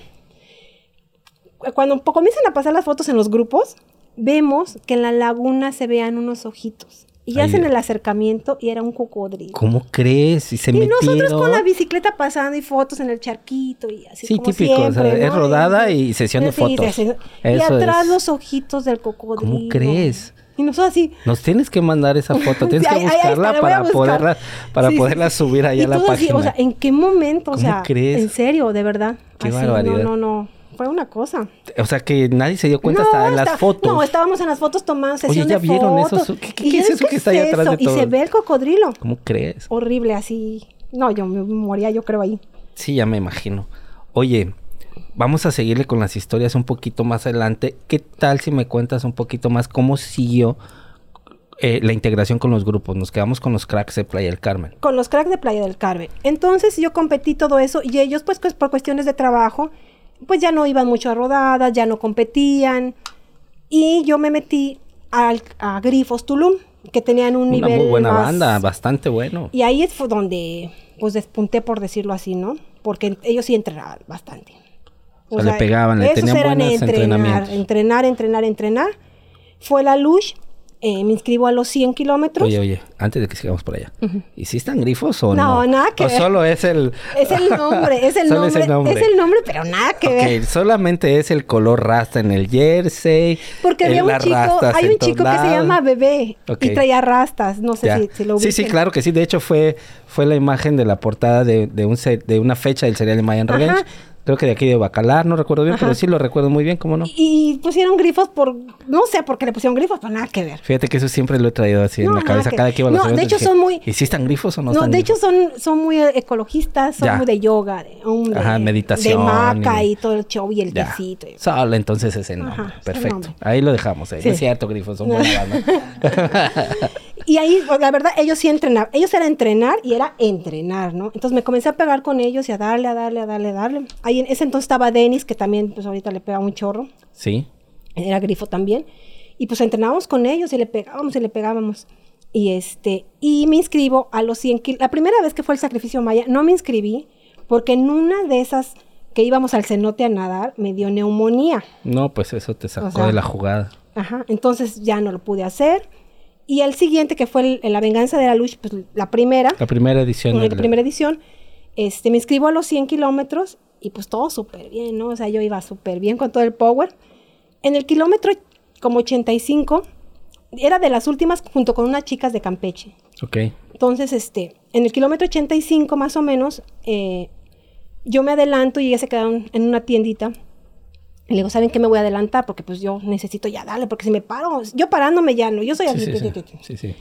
[SPEAKER 4] Cuando po- comienzan a pasar las fotos en los grupos, vemos que en la laguna se vean unos ojitos. Y ya
[SPEAKER 3] Ay,
[SPEAKER 4] hacen
[SPEAKER 3] Dios.
[SPEAKER 4] el acercamiento y era un cocodrilo.
[SPEAKER 3] ¿Cómo crees? Y se
[SPEAKER 4] Y
[SPEAKER 3] metieron.
[SPEAKER 4] nosotros con la bicicleta pasando y fotos en el charquito y así.
[SPEAKER 3] Sí,
[SPEAKER 4] como
[SPEAKER 3] típico, o sea,
[SPEAKER 4] siempre,
[SPEAKER 3] es
[SPEAKER 4] ¿no?
[SPEAKER 3] rodada y sesión de
[SPEAKER 4] Sí, sí,
[SPEAKER 3] fotos.
[SPEAKER 4] sí. Y
[SPEAKER 3] Eso
[SPEAKER 4] atrás
[SPEAKER 3] es.
[SPEAKER 4] los ojitos del cocodrilo.
[SPEAKER 3] crees?
[SPEAKER 4] Y nosotros así.
[SPEAKER 3] Nos tienes que mandar esa
[SPEAKER 4] [LAUGHS]
[SPEAKER 3] foto, tienes
[SPEAKER 4] Sí,
[SPEAKER 3] que
[SPEAKER 4] ahí- ahí- ahí está,
[SPEAKER 3] buscarla
[SPEAKER 4] la voy a
[SPEAKER 3] para
[SPEAKER 4] buscar.
[SPEAKER 3] poderla, para
[SPEAKER 4] Sí, sí,
[SPEAKER 3] poderla
[SPEAKER 4] sí.
[SPEAKER 3] subir allá
[SPEAKER 4] Y
[SPEAKER 3] a la
[SPEAKER 4] todo así,
[SPEAKER 3] página.
[SPEAKER 4] o sea, ¿en qué momento? O
[SPEAKER 3] ¿Cómo
[SPEAKER 4] sea,
[SPEAKER 3] crees?
[SPEAKER 4] en serio, de verdad.
[SPEAKER 3] Qué
[SPEAKER 4] así,
[SPEAKER 3] barbaridad.
[SPEAKER 4] No, no, no. Fue una cosa.
[SPEAKER 3] que nadie se dio cuenta hasta en las
[SPEAKER 4] está-
[SPEAKER 3] fotos.
[SPEAKER 4] No, estábamos en las fotos tomando sesión
[SPEAKER 3] Oye, ¿ya
[SPEAKER 4] de
[SPEAKER 3] vieron eso?
[SPEAKER 4] fotos.
[SPEAKER 3] ¿Qué- qué-
[SPEAKER 4] Y
[SPEAKER 3] qué
[SPEAKER 4] yo
[SPEAKER 3] es
[SPEAKER 4] digo,
[SPEAKER 3] eso que está ahí atrás de
[SPEAKER 4] Y se
[SPEAKER 3] todo?
[SPEAKER 4] ve el cocodrilo.
[SPEAKER 3] ¿Cómo crees?
[SPEAKER 4] Horrible, así. No, yo me moría, yo creo, ahí.
[SPEAKER 3] Sí, ya me imagino. Oye, vamos a seguirle con las historias un poquito más adelante. ¿Qué tal si me cuentas un poquito más cómo siguió eh, la integración con los grupos? Nos quedamos con los cracks de Playa del Carmen.
[SPEAKER 4] Con los cracks de Playa del Carmen. Entonces yo competí todo eso y ellos, pues, pues, por cuestiones de trabajo, pues ya no iban mucho a rodadas, ya no competían. Y yo me metí al- a Grifos Tulum, que tenían un
[SPEAKER 3] Una
[SPEAKER 4] nivel.
[SPEAKER 3] muy buena
[SPEAKER 4] más-
[SPEAKER 3] banda, bastante bueno.
[SPEAKER 4] Y ahí fue donde, pues, despunté, por decirlo así, ¿no? Porque ellos sí entrenaban bastante.
[SPEAKER 3] O sea, le pegaban, le
[SPEAKER 4] esos
[SPEAKER 3] tenían
[SPEAKER 4] eran
[SPEAKER 3] buenos entrenamientos.
[SPEAKER 4] Entrenar, entrenar, entrenar. Fue la luz, eh, me inscribo a los 100 kilómetros.
[SPEAKER 3] Oye, oye, antes de que sigamos por allá. ¿Y si están grifos o no?
[SPEAKER 4] No, nada que
[SPEAKER 3] ¿O
[SPEAKER 4] ver.
[SPEAKER 3] solo es el...
[SPEAKER 4] Es el nombre, es
[SPEAKER 3] [LAUGHS]
[SPEAKER 4] el
[SPEAKER 3] Solo
[SPEAKER 4] nombre, es el nombre, pero nada que ver.
[SPEAKER 3] Ok, solamente es el color rasta en el jersey.
[SPEAKER 4] Porque
[SPEAKER 3] eh,
[SPEAKER 4] había un
[SPEAKER 3] las
[SPEAKER 4] chico,
[SPEAKER 3] rastas
[SPEAKER 4] hay
[SPEAKER 3] en
[SPEAKER 4] un
[SPEAKER 3] todos
[SPEAKER 4] chico que se
[SPEAKER 3] lados.
[SPEAKER 4] llama Bebé
[SPEAKER 3] Ah. Ok.
[SPEAKER 4] y traía rastas, no sé
[SPEAKER 3] Ya.
[SPEAKER 4] si, si lo
[SPEAKER 3] sí, sí,
[SPEAKER 4] ubican.
[SPEAKER 3] claro que sí. De hecho, fue, fue la imagen de la portada de, de un se- de una fecha del serial de Mayan
[SPEAKER 4] Ajá.
[SPEAKER 3] Revenge. Creo que de aquí de Bacalar, no recuerdo bien, pero
[SPEAKER 4] Ajá.
[SPEAKER 3] sí lo recuerdo muy bien, ¿cómo no?
[SPEAKER 4] Y, y pusieron grifos por, no sé por qué le pusieron grifos, pero nada que ver.
[SPEAKER 3] Fíjate que eso siempre lo he traído así en
[SPEAKER 4] No,
[SPEAKER 3] la cabeza
[SPEAKER 4] nada que-
[SPEAKER 3] cada que iba a los
[SPEAKER 4] No, de
[SPEAKER 3] eventos,
[SPEAKER 4] hecho,
[SPEAKER 3] dije,
[SPEAKER 4] son muy-
[SPEAKER 3] ¿Y si están grifos o no,
[SPEAKER 4] No,
[SPEAKER 3] están
[SPEAKER 4] de hecho
[SPEAKER 3] grifos?
[SPEAKER 4] son, son muy ecologistas, son
[SPEAKER 3] Ya.
[SPEAKER 4] muy de yoga, de, um, de-
[SPEAKER 3] Ajá, meditación
[SPEAKER 4] de maca
[SPEAKER 3] y-
[SPEAKER 4] y, todo el show y el
[SPEAKER 3] Ya.
[SPEAKER 4] quesito. y-
[SPEAKER 3] Solo entonces ese nombre.
[SPEAKER 4] Ajá, ese
[SPEAKER 3] Perfecto.
[SPEAKER 4] nombre.
[SPEAKER 3] Ahí lo dejamos. ahí.
[SPEAKER 4] Sí.
[SPEAKER 3] No es cierto, grifos, son buena banda.
[SPEAKER 4] [LAUGHS] Y ahí, pues, la verdad, ellos sí entrenaban. Ellos era entrenar y era entrenar, ¿no? Entonces me comencé a pegar con ellos y a darle, a darle, a darle, a darle. Ahí en ese entonces estaba Denis, que también, pues ahorita le pega un chorro.
[SPEAKER 3] sí.
[SPEAKER 4] Era grifo también. Y pues entrenábamos con ellos y le pegábamos y le pegábamos. Y este, y me inscribo a los 100 kilos. La primera vez que fue el sacrificio maya, no me inscribí porque en una de esas que íbamos al cenote a nadar, me dio neumonía.
[SPEAKER 3] No, pues eso te sacó
[SPEAKER 4] sea-
[SPEAKER 3] de la jugada.
[SPEAKER 4] Ajá, entonces ya no lo pude hacer. Y el siguiente, que fue el- el La Venganza de la Luz, pues la primera,
[SPEAKER 3] La primera edición.
[SPEAKER 4] la
[SPEAKER 3] del-
[SPEAKER 4] primera edición, este, me inscribo a los 100 kilómetros y pues todo súper bien, ¿no? O sea, yo iba súper bien con todo el power. En el kilómetro como 85, era de las últimas junto con unas chicas de Campeche.
[SPEAKER 3] Ok.
[SPEAKER 4] Entonces, este, en el kilómetro 85 más o menos, eh, yo me adelanto y ellas se quedaron en una tiendita. Y le digo, ¿saben qué me voy a adelantar? Porque pues yo necesito ya darle, porque si me paro, yo parándome ya no, yo soy
[SPEAKER 3] Sí,
[SPEAKER 4] así.
[SPEAKER 3] sí, [LAUGHS] sí.
[SPEAKER 4] ti, ti, ti, ti.
[SPEAKER 3] Sí, sí.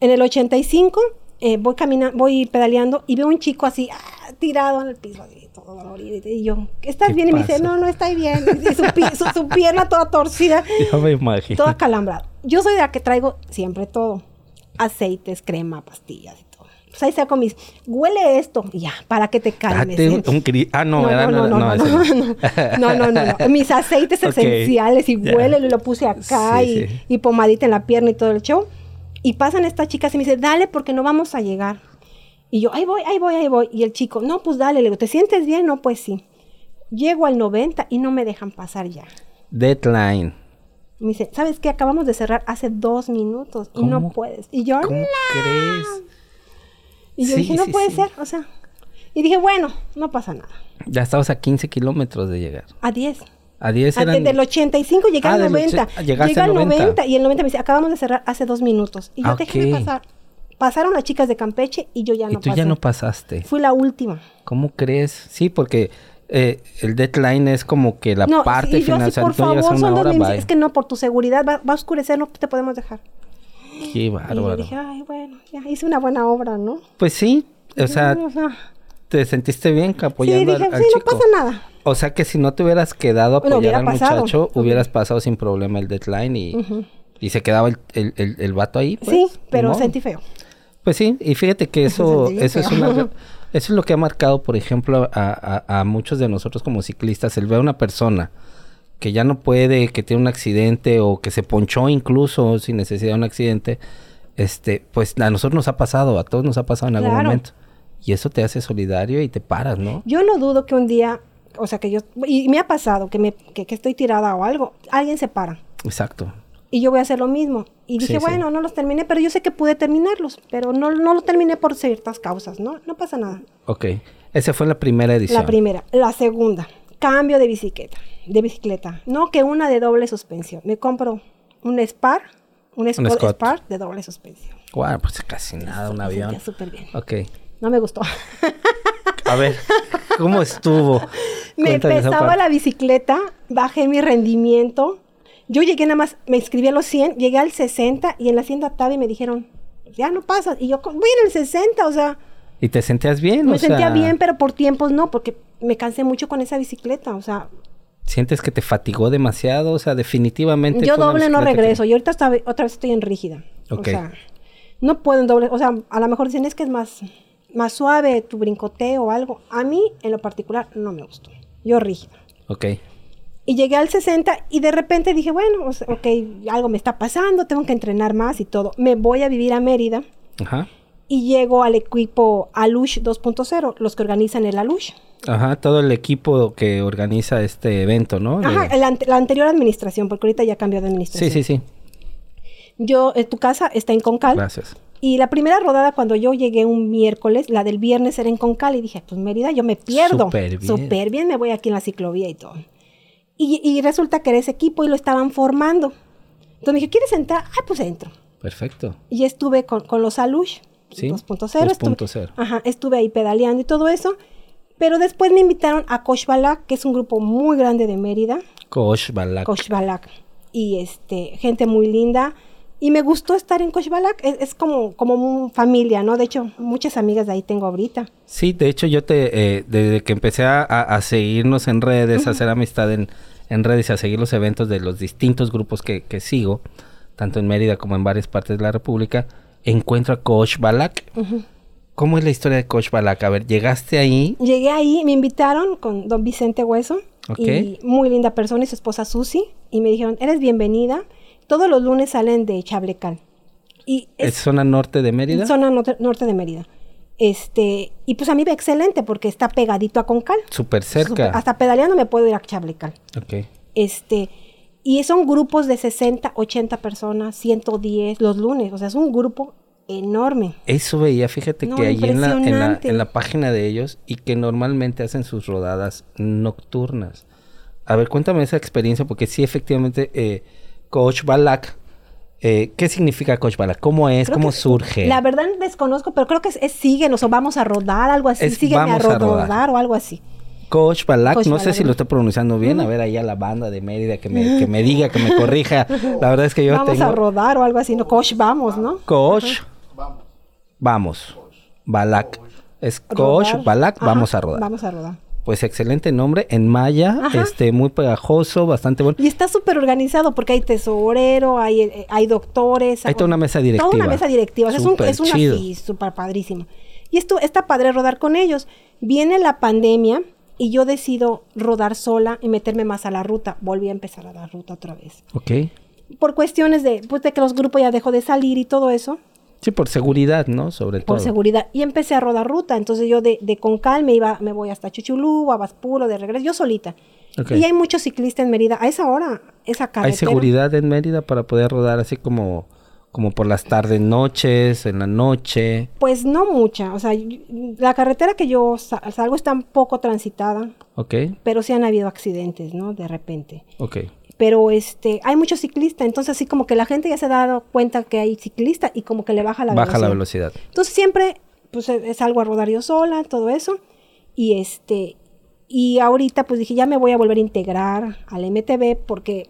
[SPEAKER 4] En el 85 eh, voy caminando, voy pedaleando y veo un chico así, ah, tirado en el piso, así, todo dolorido. Y yo, ¿estás
[SPEAKER 3] ¿Qué
[SPEAKER 4] bien? Y me dice,
[SPEAKER 3] pasa?
[SPEAKER 4] no, no estoy bien. Y su, pi- su- su pierna
[SPEAKER 3] [LAUGHS]
[SPEAKER 4] toda torcida,
[SPEAKER 3] Ya me imagino.
[SPEAKER 4] toda calambrada. Yo soy de la que traigo siempre todo: aceites, crema, pastillas y todo. Pues ahí saco mis, huele esto, y ya, para que te calmes.
[SPEAKER 3] Date un-
[SPEAKER 4] ¿eh?
[SPEAKER 3] un cri- ah, no,
[SPEAKER 4] no,
[SPEAKER 3] ¿verdad?
[SPEAKER 4] no, no, no,
[SPEAKER 3] ese
[SPEAKER 4] no, no, no, no,
[SPEAKER 3] [LAUGHS]
[SPEAKER 4] no. Mis aceites
[SPEAKER 3] Ok,
[SPEAKER 4] esenciales y
[SPEAKER 3] ya.
[SPEAKER 4] huele, lo puse acá
[SPEAKER 3] Sí,
[SPEAKER 4] y,
[SPEAKER 3] sí.
[SPEAKER 4] y pomadita en la pierna y todo el show. Y pasan estas chicas y me dice, dale porque no vamos a llegar. Y yo, ahí voy, ahí voy, ahí voy. Y el chico, no, pues dale, le digo, ¿te sientes bien? No, pues sí. Llego al 90 y no me dejan pasar ya.
[SPEAKER 3] Deadline.
[SPEAKER 4] Me dice, ¿sabes qué? Acabamos de cerrar hace dos minutos y no
[SPEAKER 3] ¿Cómo?
[SPEAKER 4] puedes. Y yo,
[SPEAKER 3] ¿Cómo
[SPEAKER 4] "No".
[SPEAKER 3] crees?
[SPEAKER 4] y yo
[SPEAKER 3] Sí,
[SPEAKER 4] dije, no
[SPEAKER 3] sí,
[SPEAKER 4] puede
[SPEAKER 3] sí.
[SPEAKER 4] ser, o sea. Y dije, bueno, no pasa nada.
[SPEAKER 3] Ya estabas a 15 kilómetros de llegar.
[SPEAKER 4] A 10.
[SPEAKER 3] A 10
[SPEAKER 4] Antes
[SPEAKER 3] eran...
[SPEAKER 4] del 85 llegué
[SPEAKER 3] Ah,
[SPEAKER 4] al
[SPEAKER 3] del
[SPEAKER 4] 90.
[SPEAKER 3] ochen- llegaste
[SPEAKER 4] Llegué
[SPEAKER 3] al
[SPEAKER 4] al
[SPEAKER 3] 90.
[SPEAKER 4] 90 y el 90 me dice, acabamos de cerrar hace dos minutos. Y yo
[SPEAKER 3] Ah,
[SPEAKER 4] dejé de
[SPEAKER 3] ok.
[SPEAKER 4] pasar. Pasaron las chicas de Campeche y yo ya
[SPEAKER 3] y
[SPEAKER 4] no
[SPEAKER 3] tú
[SPEAKER 4] pasé.
[SPEAKER 3] ya no pasaste.
[SPEAKER 4] Fui la última.
[SPEAKER 3] ¿Cómo crees? Sí, porque eh, el deadline es como que la
[SPEAKER 4] no,
[SPEAKER 3] parte
[SPEAKER 4] y yo
[SPEAKER 3] final.
[SPEAKER 4] así,
[SPEAKER 3] o sea,
[SPEAKER 4] por
[SPEAKER 3] tú llegas a
[SPEAKER 4] favor,
[SPEAKER 3] una
[SPEAKER 4] son dos
[SPEAKER 3] hora,
[SPEAKER 4] minutos.
[SPEAKER 3] bye.
[SPEAKER 4] Es que no, por tu seguridad va, va a oscurecer, no te podemos dejar.
[SPEAKER 3] Qué
[SPEAKER 4] y yo
[SPEAKER 3] Ah, bárbaro.
[SPEAKER 4] dije, ay, bueno, ya hice una buena obra, ¿no?
[SPEAKER 3] Pues sí, o sea,
[SPEAKER 4] No, o sea,
[SPEAKER 3] te sentiste bien que apoyando
[SPEAKER 4] sí, dije,
[SPEAKER 3] al, al
[SPEAKER 4] sí,
[SPEAKER 3] chico.
[SPEAKER 4] no pasa nada.
[SPEAKER 3] O sea que si no te hubieras quedado a
[SPEAKER 4] Bueno,
[SPEAKER 3] apoyar
[SPEAKER 4] hubiera
[SPEAKER 3] al
[SPEAKER 4] pasado.
[SPEAKER 3] muchacho, hubieras pasado sin problema el deadline y, y se quedaba el, el- el- el vato ahí. pues,
[SPEAKER 4] sí,
[SPEAKER 3] ni
[SPEAKER 4] pero
[SPEAKER 3] modo.
[SPEAKER 4] sentí feo.
[SPEAKER 3] Pues sí, y fíjate
[SPEAKER 4] [LAUGHS]
[SPEAKER 3] que eso,
[SPEAKER 4] sentí bien
[SPEAKER 3] eso es
[SPEAKER 4] feo.
[SPEAKER 3] una re- eso es lo que ha marcado, por ejemplo, a, a- a muchos de nosotros como ciclistas, el ver a una persona que ya no puede, que tiene un accidente o que se ponchó incluso sin necesidad de un accidente, este, pues a nosotros nos ha pasado, a todos nos ha pasado en algún
[SPEAKER 4] Claro.
[SPEAKER 3] momento. Y eso te hace solidario y te paras, ¿no?
[SPEAKER 4] Yo no dudo que un día, o sea, que yo, y me ha pasado que, me, que, que estoy tirada o algo, alguien se para.
[SPEAKER 3] Exacto.
[SPEAKER 4] y yo voy a hacer lo mismo. Y dije,
[SPEAKER 3] Sí, sí.
[SPEAKER 4] bueno, no los terminé, pero yo sé que pude terminarlos, pero no, no los terminé por ciertas causas, ¿no? No pasa nada.
[SPEAKER 3] Ok. Esa fue la primera edición.
[SPEAKER 4] La primera. La segunda, cambio de bicicleta, de bicicleta. No que una de doble suspensión. Me compro un Spar, un, Scott
[SPEAKER 3] Scott.
[SPEAKER 4] Spar de doble suspensión.
[SPEAKER 3] Guau, pues casi nada, un
[SPEAKER 4] Me
[SPEAKER 3] avión.
[SPEAKER 4] [LAUGHS] sentía súper bien.
[SPEAKER 3] Ok.
[SPEAKER 4] No me gustó. [LAUGHS]
[SPEAKER 3] A ver, ¿cómo estuvo?
[SPEAKER 4] me
[SPEAKER 3] Cuéntame esa
[SPEAKER 4] pesaba
[SPEAKER 3] parte.
[SPEAKER 4] la bicicleta, bajé mi rendimiento. Yo llegué nada más, me inscribí a los 100, llegué al 60 y en la hacienda Tavi me dijeron, ya no pasas. Y yo, "¿Cómo voy en el 60, o sea,
[SPEAKER 3] ¿Y te sentías bien?
[SPEAKER 4] Me
[SPEAKER 3] O sea,
[SPEAKER 4] sentía bien, pero por tiempos no, porque me cansé mucho con esa bicicleta. O sea,
[SPEAKER 3] ¿Sientes que te fatigó demasiado? O sea, definitivamente. fue
[SPEAKER 4] yo
[SPEAKER 3] una
[SPEAKER 4] doble no
[SPEAKER 3] bicicleta que-
[SPEAKER 4] regreso. Y ahorita estaba- otra vez estoy en rígida. O
[SPEAKER 3] Ok.
[SPEAKER 4] sea, no puedo en doble. O sea, a lo mejor dicen es que es más, más suave tu brincoteo o algo. A mí, en lo particular, no me gustó. Yo rígida.
[SPEAKER 3] Ok.
[SPEAKER 4] Y llegué al 60 y de repente dije, bueno, o sea, ok, algo me está pasando, tengo que entrenar más y todo. Me voy a vivir a Mérida
[SPEAKER 3] Ajá.
[SPEAKER 4] y llego al equipo Alush 2.0, los que organizan el Alush.
[SPEAKER 3] Ajá, todo el equipo que organiza este evento, ¿no? De-
[SPEAKER 4] Ajá, la, ante- la anterior administración, porque ahorita ya cambió de
[SPEAKER 3] Sí,
[SPEAKER 4] administración.
[SPEAKER 3] sí, sí.
[SPEAKER 4] Yo, eh, tu casa está en Concal.
[SPEAKER 3] Gracias.
[SPEAKER 4] Y la primera rodada cuando yo llegué un miércoles, la del viernes era en Concal y dije, pues Mérida, yo me pierdo.
[SPEAKER 3] Súper bien.
[SPEAKER 4] Súper bien, me voy aquí en la ciclovía y todo. Y, y resulta que era ese equipo y lo estaban formando. Entonces me dije, ¿quieres entrar? Ah, pues entro.
[SPEAKER 3] Perfecto.
[SPEAKER 4] Y estuve con, con los Alush
[SPEAKER 3] Sí,
[SPEAKER 4] 2.0. Estuve,
[SPEAKER 3] 2.0.
[SPEAKER 4] ajá, estuve ahí pedaleando y todo eso. Pero después me invitaron a Cochbalac, que es un grupo muy grande de Mérida.
[SPEAKER 3] Coach Balak.
[SPEAKER 4] Cochbalac. Y este, gente muy linda. Y me gustó estar en Cochbalac. Es, es como, como un familia, ¿no? De hecho, muchas amigas de ahí tengo ahorita.
[SPEAKER 3] Sí, de hecho yo te, eh, desde que empecé a, a- a seguirnos en redes, a hacer amistad en, en redes y a seguir los eventos de los distintos grupos que, que sigo, tanto en Mérida como en varias partes de la República, encuentro a Coach Balak. ¿Cómo es la historia de Coach Balak? A ver, llegaste ahí,
[SPEAKER 4] Llegué ahí, me invitaron con don Vicente Hueso.
[SPEAKER 3] Ok.
[SPEAKER 4] Y muy linda persona y su esposa Susi. Y me dijeron, eres bienvenida. Todos los lunes salen de Chablecal. Y
[SPEAKER 3] es zona norte de Mérida.
[SPEAKER 4] Zona norte, norte de Mérida. Este, y pues a mí ve excelente porque está pegadito a Concal.
[SPEAKER 3] Súper cerca.
[SPEAKER 4] Súper- hasta pedaleando me puedo ir a Chablecal.
[SPEAKER 3] Ok.
[SPEAKER 4] Este, y son grupos de 60, 80 personas, 110 los lunes. O sea, es un grupo enorme.
[SPEAKER 3] Eso veía, fíjate
[SPEAKER 4] No,
[SPEAKER 3] que ahí en la, en la- en la,
[SPEAKER 4] impresionante.
[SPEAKER 3] página de ellos y que normalmente hacen sus rodadas nocturnas. A ver, cuéntame esa experiencia porque sí, efectivamente, eh, Coach Balak, eh, ¿qué significa Coach Balak? ¿Cómo es?
[SPEAKER 4] Creo
[SPEAKER 3] ¿Cómo
[SPEAKER 4] que-
[SPEAKER 3] surge?
[SPEAKER 4] La verdad desconozco, pero creo que es, es síguenos o vamos a rodar, algo así.
[SPEAKER 3] Es
[SPEAKER 4] Sígueme a,
[SPEAKER 3] vamos a
[SPEAKER 4] rodar,
[SPEAKER 3] rodar.
[SPEAKER 4] o algo así.
[SPEAKER 3] Coach Balak,
[SPEAKER 4] Coach
[SPEAKER 3] no sé
[SPEAKER 4] Balak. ¿Mm?
[SPEAKER 3] si lo estoy pronunciando bien, a ver ahí a la banda de Mérida que me, que me diga, que me
[SPEAKER 4] [LAUGHS]
[SPEAKER 3] corrija. La verdad es que yo
[SPEAKER 4] vamos a
[SPEAKER 3] tengo...
[SPEAKER 4] rodar o algo así. No, coach, vamos, ¿no?
[SPEAKER 3] Coach. Vamos. Balak. Es Kosh,
[SPEAKER 4] Rodar.
[SPEAKER 3] Balak,
[SPEAKER 4] Ajá,
[SPEAKER 3] vamos a rodar.
[SPEAKER 4] Vamos a rodar.
[SPEAKER 3] Pues excelente nombre, en maya,
[SPEAKER 4] Ajá.
[SPEAKER 3] este, muy pegajoso, bastante bueno.
[SPEAKER 4] Y está súper organizado porque hay tesorero, hay, eh, hay doctores.
[SPEAKER 3] Ahí está una mesa directiva.
[SPEAKER 4] Toda una mesa directiva. O sea, es un-
[SPEAKER 3] Súper
[SPEAKER 4] es una
[SPEAKER 3] chido.
[SPEAKER 4] sí, súper padrísimo. Y esto está padre rodar con ellos. Viene la pandemia y yo decido rodar sola y meterme más a la ruta. Volví a empezar a la ruta otra vez.
[SPEAKER 3] Ok.
[SPEAKER 4] Por cuestiones de, pues, de que los grupos ya dejó de salir y todo eso,
[SPEAKER 3] Sí, por seguridad, ¿no? Sobre
[SPEAKER 4] por
[SPEAKER 3] todo.
[SPEAKER 4] seguridad. Y empecé a rodar ruta. Entonces yo de, de Concal me iba, me voy hasta Chuchulú, a Baspuro, de regreso, yo solita.
[SPEAKER 3] Ok.
[SPEAKER 4] Y hay muchos ciclistas en Mérida. A esa hora, esa
[SPEAKER 3] Hay
[SPEAKER 4] carretera.
[SPEAKER 3] seguridad en Mérida para poder rodar así como, como por las tardes, noches, en la noche.
[SPEAKER 4] Pues no mucha. O sea, y- la carretera que yo sa- salgo está un poco transitada,
[SPEAKER 3] Ok,
[SPEAKER 4] pero sí han habido accidentes, ¿no? De repente.
[SPEAKER 3] ok.
[SPEAKER 4] Pero este, hay muchos ciclistas, entonces así como que la gente ya se ha dado cuenta que hay ciclistas y como que le baja la
[SPEAKER 3] Baja la
[SPEAKER 4] velocidad.
[SPEAKER 3] velocidad.
[SPEAKER 4] Entonces siempre pues eh, salgo a rodar yo sola, todo eso. Y este y ahorita pues dije, ya me voy a volver a integrar al MTV porque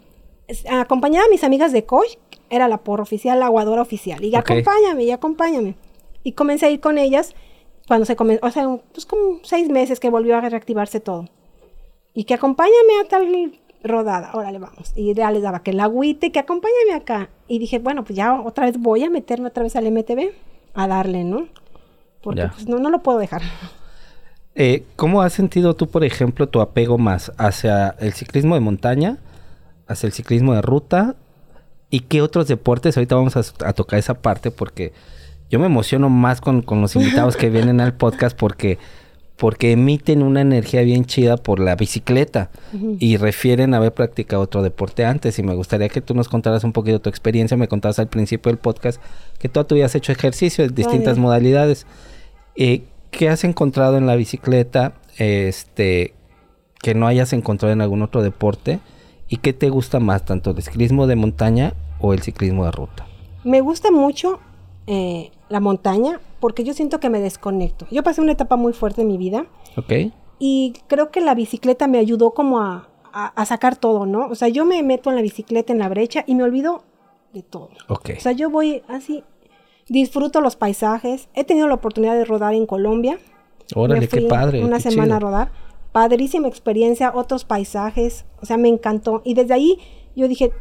[SPEAKER 4] es- acompañaba a mis amigas de coach, era la porra oficial, la aguadora oficial. Y ya
[SPEAKER 3] Ok.
[SPEAKER 4] acompáñame, ya acompáñame. Y comencé a ir con ellas cuando se comenzó, o sea, un- pues como seis meses que volvió a reactivarse todo. Y que acompáñame a tal rodada, órale, vamos. Y ya les daba que el agüite, que acompáñame acá. Y dije, bueno, pues ya otra vez voy a meterme otra vez al MTV a darle, ¿no? Porque
[SPEAKER 3] Ya.
[SPEAKER 4] pues, no, no lo puedo dejar.
[SPEAKER 3] Eh, ¿Cómo has sentido tú, por ejemplo, tu apego más hacia el ciclismo de montaña, hacia el ciclismo de ruta y qué otros deportes? Ahorita vamos a, a tocar esa parte porque yo me emociono más con, con los invitados que vienen al podcast porque, porque emiten una energía bien chida por la bicicleta y refieren haber practicado otro deporte antes. Y me gustaría que tú nos contaras un poquito tu experiencia. Me contabas al principio del podcast que tú, tú habías hecho ejercicio en distintas
[SPEAKER 4] Todavía.
[SPEAKER 3] modalidades. Eh, ¿Qué has encontrado en la bicicleta este, que no hayas encontrado en algún otro deporte? ¿Y qué te gusta más, tanto el ciclismo de montaña o el ciclismo de ruta?
[SPEAKER 4] Me gusta mucho eh, la montaña porque yo siento que me desconecto. Yo pasé una etapa muy fuerte en mi vida
[SPEAKER 3] ¿Ok?
[SPEAKER 4] y creo que la bicicleta me ayudó como a, a- a sacar todo, ¿no? O sea, yo me meto en la bicicleta, en la brecha y me olvido de todo.
[SPEAKER 3] Ok.
[SPEAKER 4] O sea, yo voy así, disfruto los paisajes. He tenido la oportunidad de rodar en Colombia.
[SPEAKER 3] Órale,
[SPEAKER 4] Me
[SPEAKER 3] qué
[SPEAKER 4] fui
[SPEAKER 3] padre.
[SPEAKER 4] Una
[SPEAKER 3] qué
[SPEAKER 4] semana
[SPEAKER 3] chido.
[SPEAKER 4] a rodar. Padrísima experiencia, otros paisajes. O sea, me encantó. Y desde ahí yo dije,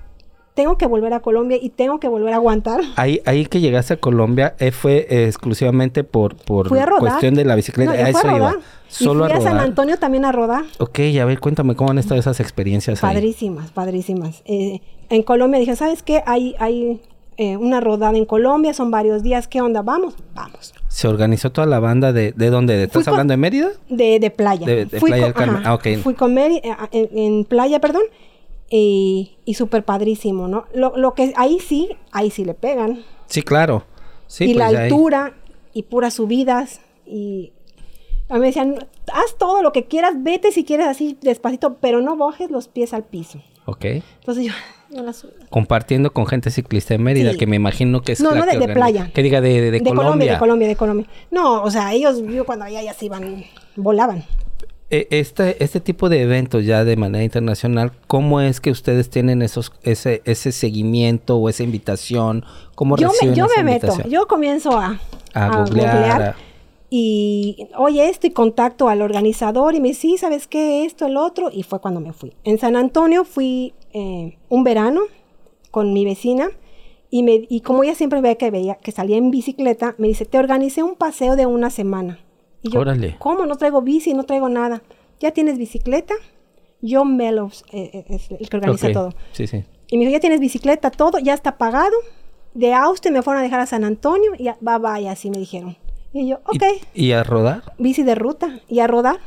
[SPEAKER 4] tengo que volver a Colombia y tengo que volver a aguantar.
[SPEAKER 3] Ahí, ahí que llegaste a Colombia eh, fue eh, exclusivamente por, por
[SPEAKER 4] Fui a rodar.
[SPEAKER 3] cuestión de la
[SPEAKER 4] No,
[SPEAKER 3] bicicleta.
[SPEAKER 4] yo
[SPEAKER 3] a
[SPEAKER 4] fui
[SPEAKER 3] eso
[SPEAKER 4] a
[SPEAKER 3] iba.
[SPEAKER 4] rodar.
[SPEAKER 3] Solo
[SPEAKER 4] y fui
[SPEAKER 3] a
[SPEAKER 4] a, San
[SPEAKER 3] rodar.
[SPEAKER 4] Antonio también a rodar.
[SPEAKER 3] ok, a ver, cuéntame cómo han estado esas experiencias ahí.
[SPEAKER 4] Padrísimas, padrísimas. Eh, en Colombia dije, ¿sabes qué? Hay, hay eh, una rodada en Colombia, son varios días. ¿Qué onda? Vamos, vamos.
[SPEAKER 3] ¿Se organizó toda la banda de, de dónde? ¿De- ¿Estás
[SPEAKER 4] con-
[SPEAKER 3] hablando de Mérida?
[SPEAKER 4] De, de playa.
[SPEAKER 3] De- de Playa del Carmen.
[SPEAKER 4] ajá,
[SPEAKER 3] Ah, ok.
[SPEAKER 4] Fui con Mary eh, a- en, en playa, perdón. Y, y súper padrísimo, ¿no? Lo, lo que ahí sí, ahí sí le pegan.
[SPEAKER 3] Sí, claro. Sí,
[SPEAKER 4] y la
[SPEAKER 3] pues, ahí.
[SPEAKER 4] altura, y puras subidas. Y a mí me decían, haz todo lo que quieras, vete si quieres así despacito, pero no bajes los pies al piso.
[SPEAKER 3] Ok.
[SPEAKER 4] Entonces yo, [LAUGHS] yo la subí.
[SPEAKER 3] Compartiendo con gente ciclista de Mérida,
[SPEAKER 4] Sí.
[SPEAKER 3] que me imagino que es
[SPEAKER 4] No,
[SPEAKER 3] la
[SPEAKER 4] no,
[SPEAKER 3] que
[SPEAKER 4] de- de
[SPEAKER 3] organiza-
[SPEAKER 4] playa.
[SPEAKER 3] Que diga de, de- de Colombia.
[SPEAKER 4] de Colombia, de Colombia. No, o sea, ellos, yo cuando allá ya se iban, volaban.
[SPEAKER 3] E- Este, este tipo de eventos ya de manera internacional, ¿cómo es que ustedes tienen esos, ese, ese seguimiento o esa invitación? ¿Cómo
[SPEAKER 4] yo me,
[SPEAKER 3] reciben
[SPEAKER 4] yo
[SPEAKER 3] esa
[SPEAKER 4] me meto,
[SPEAKER 3] invitación?
[SPEAKER 4] yo comienzo a,
[SPEAKER 3] A googlear, a-
[SPEAKER 4] y oye esto y contacto al organizador y me dice, sí, ¿sabes qué? Esto, el otro, y fue cuando me fui. En San Antonio fui eh, un verano con mi vecina y, me, y como ella siempre veía que, veía que salía en bicicleta, me dice, te organicé un paseo de una semana. Y yo,
[SPEAKER 3] Órale.
[SPEAKER 4] ¿cómo? No traigo bici, no traigo nada. ¿Ya tienes bicicleta? Yo Mellows eh, eh, es el que organiza
[SPEAKER 3] Ok,
[SPEAKER 4] todo.
[SPEAKER 3] Sí, sí.
[SPEAKER 4] Y me dijo, ya tienes bicicleta, todo, ya está pagado. De Austin me fueron a dejar a San Antonio y ya, bye bye, así me dijeron. Y yo,
[SPEAKER 3] ¿Y-
[SPEAKER 4] ok,
[SPEAKER 3] ¿Y, a rodar?
[SPEAKER 4] bici de ruta y a rodar.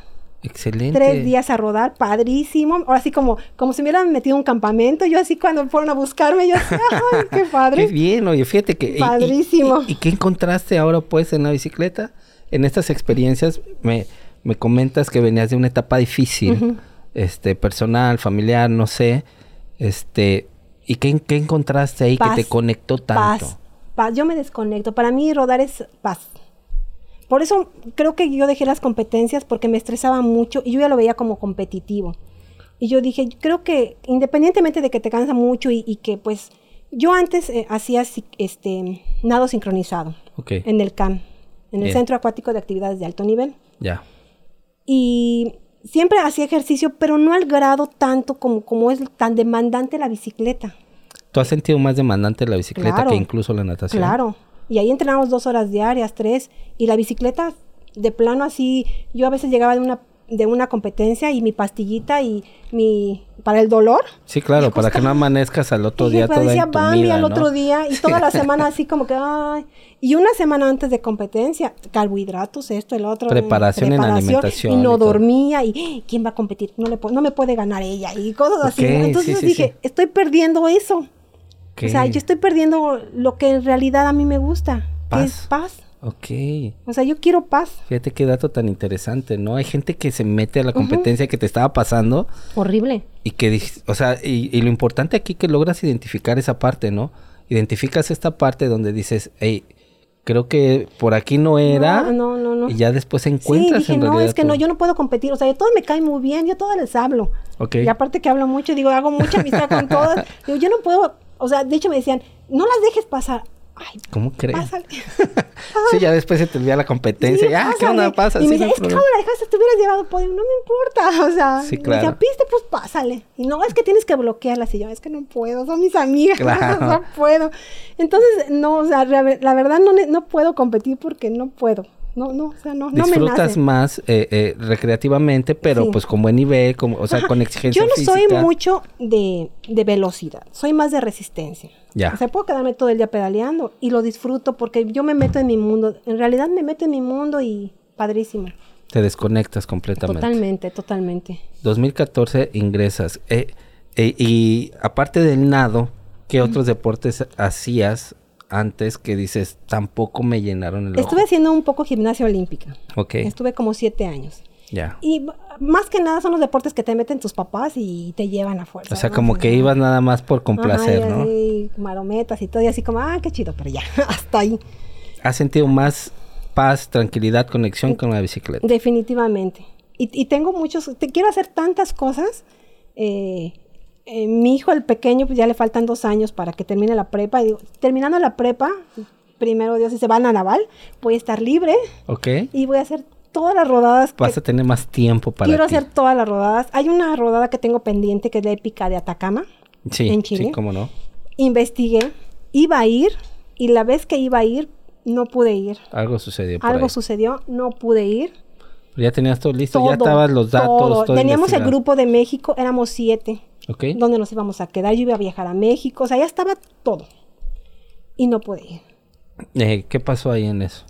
[SPEAKER 3] Excelente.
[SPEAKER 4] Tres días a rodar, padrísimo. Ahora sí, como, como si me hubieran metido a un campamento. Yo así cuando fueron a buscarme, yo
[SPEAKER 3] [LAUGHS]
[SPEAKER 4] así, ay, qué padre.
[SPEAKER 3] Qué bien, oye, fíjate que... y- y-
[SPEAKER 4] Padrísimo.
[SPEAKER 3] Y, y qué encontraste ahora, pues, en la bicicleta? En estas experiencias, me, me comentas que venías de una etapa difícil, este, personal, familiar, no sé, este... ¿Y qué, qué encontraste ahí
[SPEAKER 4] Paz,
[SPEAKER 3] que te conectó tanto?
[SPEAKER 4] Paz, paz. Yo me desconecto. Para mí rodar es paz. Por eso creo que yo dejé las competencias porque me estresaba mucho y yo ya lo veía como competitivo. Y yo dije, creo que independientemente de que te cansa mucho y, y que pues yo antes eh, hacía si- este nado sincronizado
[SPEAKER 3] Ok.
[SPEAKER 4] en el CAN. en el
[SPEAKER 3] Bien.
[SPEAKER 4] Centro Acuático de Actividades de Alto Nivel.
[SPEAKER 3] Ya.
[SPEAKER 4] Y siempre hacía ejercicio, pero no al grado tanto como, como es tan demandante la bicicleta.
[SPEAKER 3] ¿Tú has sentido más demandante la bicicleta
[SPEAKER 4] Claro.
[SPEAKER 3] que incluso la natación?
[SPEAKER 4] Claro. Y ahí entrenábamos dos horas diarias, tres. Y la bicicleta, de plano así, yo a veces llegaba de una, de una competencia y mi pastillita y mi... para el dolor.
[SPEAKER 3] Sí, claro,
[SPEAKER 4] Me
[SPEAKER 3] para que no
[SPEAKER 4] [LAUGHS] costaba.
[SPEAKER 3] amanezcas al otro
[SPEAKER 4] Y
[SPEAKER 3] día
[SPEAKER 4] me
[SPEAKER 3] toda
[SPEAKER 4] parecía Bambi
[SPEAKER 3] entumida,
[SPEAKER 4] al
[SPEAKER 3] ¿no?
[SPEAKER 4] otro día y toda la semana así como que, ay. Y una semana antes de competencia, carbohidratos, esto, el otro.
[SPEAKER 3] Preparación en alimentación
[SPEAKER 4] Y
[SPEAKER 3] y
[SPEAKER 4] no
[SPEAKER 3] todo.
[SPEAKER 4] dormía y ¿quién va a competir? No, le pu- no me puede ganar ella y cosas así.
[SPEAKER 3] Ok,
[SPEAKER 4] ¿no?
[SPEAKER 3] sí,
[SPEAKER 4] Entonces
[SPEAKER 3] sí,
[SPEAKER 4] dije,
[SPEAKER 3] sí.
[SPEAKER 4] estoy perdiendo eso.
[SPEAKER 3] [LAUGHS] Ok.
[SPEAKER 4] O sea, yo estoy perdiendo lo que en realidad a mí me gusta, que
[SPEAKER 3] Paz.
[SPEAKER 4] es paz.
[SPEAKER 3] Ok.
[SPEAKER 4] O sea, yo quiero paz.
[SPEAKER 3] Fíjate qué dato tan interesante, ¿no? Hay gente que se mete a la competencia que te estaba pasando
[SPEAKER 4] Horrible.
[SPEAKER 3] y que, dij- o sea, y, y lo importante aquí que logras identificar esa parte, ¿no? Identificas esta parte donde dices, hey, creo que por aquí no era.
[SPEAKER 4] No, no, no.
[SPEAKER 3] Y ya después
[SPEAKER 4] Sí,
[SPEAKER 3] encuentras
[SPEAKER 4] dije,
[SPEAKER 3] en
[SPEAKER 4] no,
[SPEAKER 3] realidad.
[SPEAKER 4] es que
[SPEAKER 3] tu-
[SPEAKER 4] no, yo no puedo competir. O sea, de todos me caen muy bien, yo todas les hablo.
[SPEAKER 3] Ok.
[SPEAKER 4] Y aparte que hablo mucho, digo, hago mucha amistad con
[SPEAKER 3] [LAUGHS]
[SPEAKER 4] todas. Digo, yo no puedo, o sea, de hecho me decían, no las dejes pasar. Ay,
[SPEAKER 3] ¿Cómo crees? [LAUGHS]
[SPEAKER 4] pásale.
[SPEAKER 3] Sí, ya después se te olvida la
[SPEAKER 4] Sí,
[SPEAKER 3] competencia. ya, "Ah, ¿qué
[SPEAKER 4] pásale.
[SPEAKER 3] onda pasa?
[SPEAKER 4] Y me
[SPEAKER 3] Sí, no
[SPEAKER 4] decían,
[SPEAKER 3] hay
[SPEAKER 4] es que
[SPEAKER 3] problema.
[SPEAKER 4] cómo la dejaste, te hubieras llevado podio. No me importa, [LAUGHS] o sea,
[SPEAKER 3] Sí,
[SPEAKER 4] me
[SPEAKER 3] claro.
[SPEAKER 4] decían, piste, pues pásale. Y no, es que tienes que bloquearlas. Y yo, es que no puedo, son mis amigas, [LAUGHS]
[SPEAKER 3] Claro.
[SPEAKER 4] no puedo. Entonces, no, o sea, la ver- la verdad no, ne- no puedo competir porque no puedo. No, no, o sea, no, no me
[SPEAKER 3] Disfrutas
[SPEAKER 4] nace.
[SPEAKER 3] más eh, eh, recreativamente, pero
[SPEAKER 4] Sí.
[SPEAKER 3] pues con buen nivel, como, o sea,
[SPEAKER 4] Ajá.
[SPEAKER 3] con exigencia
[SPEAKER 4] Yo no soy
[SPEAKER 3] física.
[SPEAKER 4] mucho de, de velocidad, soy más de resistencia.
[SPEAKER 3] Ya.
[SPEAKER 4] O sea, puedo quedarme todo el día pedaleando y lo disfruto porque yo me meto en mi mundo. En realidad me meto en mi mundo y padrísimo.
[SPEAKER 3] Te desconectas completamente.
[SPEAKER 4] Totalmente, totalmente.
[SPEAKER 3] 2014 ingresas. Eh, eh, y aparte del nado, ¿qué otros deportes hacías antes que dices tampoco me llenaron el ojo?
[SPEAKER 4] Estuve haciendo un poco gimnasia olímpica.
[SPEAKER 3] Ok,
[SPEAKER 4] Estuve como siete años.
[SPEAKER 3] ya.
[SPEAKER 4] Y b- más que nada son los deportes que te meten tus papás y te llevan a fuerza.
[SPEAKER 3] O sea,
[SPEAKER 4] ¿no?
[SPEAKER 3] como
[SPEAKER 4] Así,
[SPEAKER 3] que
[SPEAKER 4] ¿no?
[SPEAKER 3] ibas nada más por complacer,
[SPEAKER 4] Ajá, y
[SPEAKER 3] ¿no?
[SPEAKER 4] así, marometas y todo, y así como, ah, qué chido, pero ya, [LAUGHS] hasta ahí.
[SPEAKER 3] ¿Has sentido más paz, tranquilidad, conexión con la bicicleta?
[SPEAKER 4] Definitivamente. Y, y tengo muchos, te quiero hacer tantas cosas. eh, eh, mi hijo, el pequeño, pues ya le faltan dos años para que termine la prepa. Y digo, terminando la prepa, primero Dios, si se van a Naval, voy a estar libre
[SPEAKER 3] ¿Ok?
[SPEAKER 4] y voy a hacer todas las rodadas que
[SPEAKER 3] Vas a tener más tiempo para
[SPEAKER 4] quiero
[SPEAKER 3] ti.
[SPEAKER 4] hacer todas las rodadas. Hay una rodada que tengo pendiente que es la épica de Atacama.
[SPEAKER 3] sí,
[SPEAKER 4] en Chile.
[SPEAKER 3] Sí, cómo no.
[SPEAKER 4] Investigué, iba a ir y la vez que iba a ir, no pude ir.
[SPEAKER 3] Algo sucedió por
[SPEAKER 4] Algo
[SPEAKER 3] ahí.
[SPEAKER 4] sucedió, no pude ir.
[SPEAKER 3] Pero ya tenías todo listo, ya
[SPEAKER 4] Todo,
[SPEAKER 3] estabas los datos.
[SPEAKER 4] todo.
[SPEAKER 3] todo
[SPEAKER 4] Teníamos el
[SPEAKER 3] investigado.
[SPEAKER 4] grupo de México, éramos siete,
[SPEAKER 3] Ok.
[SPEAKER 4] donde nos íbamos a quedar. Yo iba a viajar a México, o sea, ya estaba todo. Y no pude ir.
[SPEAKER 3] Eh, ¿Qué pasó ahí en eso?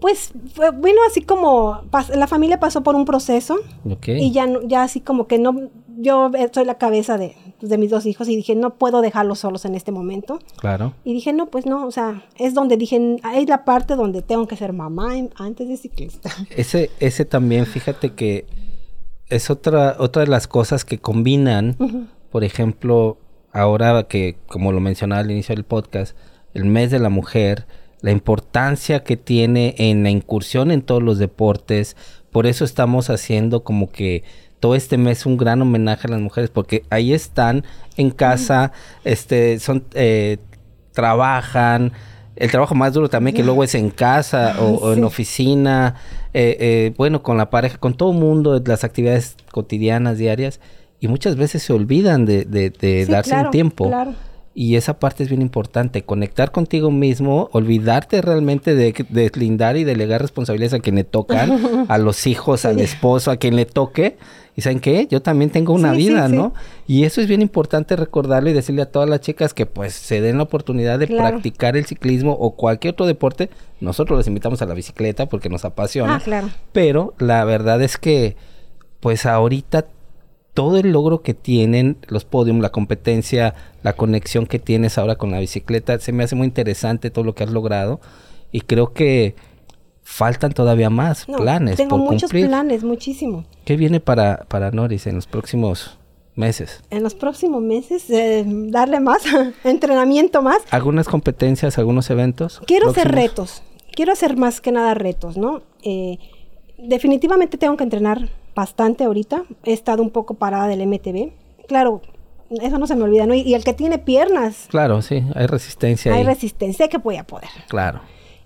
[SPEAKER 4] Pues fue, bueno, así como pas- la familia pasó por un proceso
[SPEAKER 3] Ok.
[SPEAKER 4] y ya, no- ya así como que no, yo eh, soy la cabeza de, pues, de mis dos hijos y dije, no puedo dejarlos solos en este momento.
[SPEAKER 3] Claro.
[SPEAKER 4] Y dije, no, pues no, o sea, es donde dije, es la parte donde tengo que ser mamá en- antes de ciclista.
[SPEAKER 3] Ese, ese también, fíjate que es otra, otra de las cosas que combinan, por ejemplo, ahora que, como lo mencionaba al inicio del podcast, el mes de la mujer, la importancia que tiene en la incursión en todos los deportes, por eso estamos haciendo como que todo este mes un gran homenaje a las mujeres, porque ahí están en casa, este, son, eh, trabajan, el trabajo más duro también que luego es en casa o, o en oficina, eh, eh, bueno, con la pareja, con todo el mundo, las actividades cotidianas, diarias, y muchas veces se olvidan de, de- [LAUGHS] de
[SPEAKER 4] Sí,
[SPEAKER 3] darse
[SPEAKER 4] claro,
[SPEAKER 3] un tiempo.
[SPEAKER 4] claro.
[SPEAKER 3] Y esa parte es bien importante, conectar contigo mismo, olvidarte realmente de que- de deslindar y delegar responsabilidades a quien le
[SPEAKER 4] [LAUGHS]
[SPEAKER 3] tocan, a los hijos, al esposo, a quien le toque. Y saben qué, yo también tengo una
[SPEAKER 4] Sí, sí,
[SPEAKER 3] vida,
[SPEAKER 4] sí.
[SPEAKER 3] ¿no? Y eso es bien importante recordarlo y decirle a todas las chicas que pues se den la oportunidad de
[SPEAKER 4] Claro.
[SPEAKER 3] practicar el ciclismo o cualquier otro deporte. Nosotros les invitamos a la bicicleta porque nos apasiona.
[SPEAKER 4] Ah, claro.
[SPEAKER 3] Pero la verdad es que, pues ahorita todo el logro que tienen los podiums, la competencia, la conexión que tienes ahora con la bicicleta, se me hace muy interesante todo lo que has logrado y creo que faltan todavía más
[SPEAKER 4] No,
[SPEAKER 3] planes
[SPEAKER 4] Tengo
[SPEAKER 3] por
[SPEAKER 4] muchos
[SPEAKER 3] cumplir.
[SPEAKER 4] planes, muchísimo.
[SPEAKER 3] ¿Qué viene para, para Noris en los próximos meses?
[SPEAKER 4] en los próximos meses eh, darle más [LAUGHS] entrenamiento más.
[SPEAKER 3] ¿Algunas competencias, algunos eventos?
[SPEAKER 4] Quiero hacer
[SPEAKER 3] próximos?
[SPEAKER 4] retos. Quiero hacer más que nada retos, ¿no? Eh, definitivamente tengo que entrenar bastante ahorita. He estado un poco parada del MTB. Claro, eso no se me olvida, ¿no? Y, y el que tiene piernas,
[SPEAKER 3] Claro, sí, hay resistencia
[SPEAKER 4] hay
[SPEAKER 3] ahí.
[SPEAKER 4] resistencia, sé que voy a poder.
[SPEAKER 3] claro.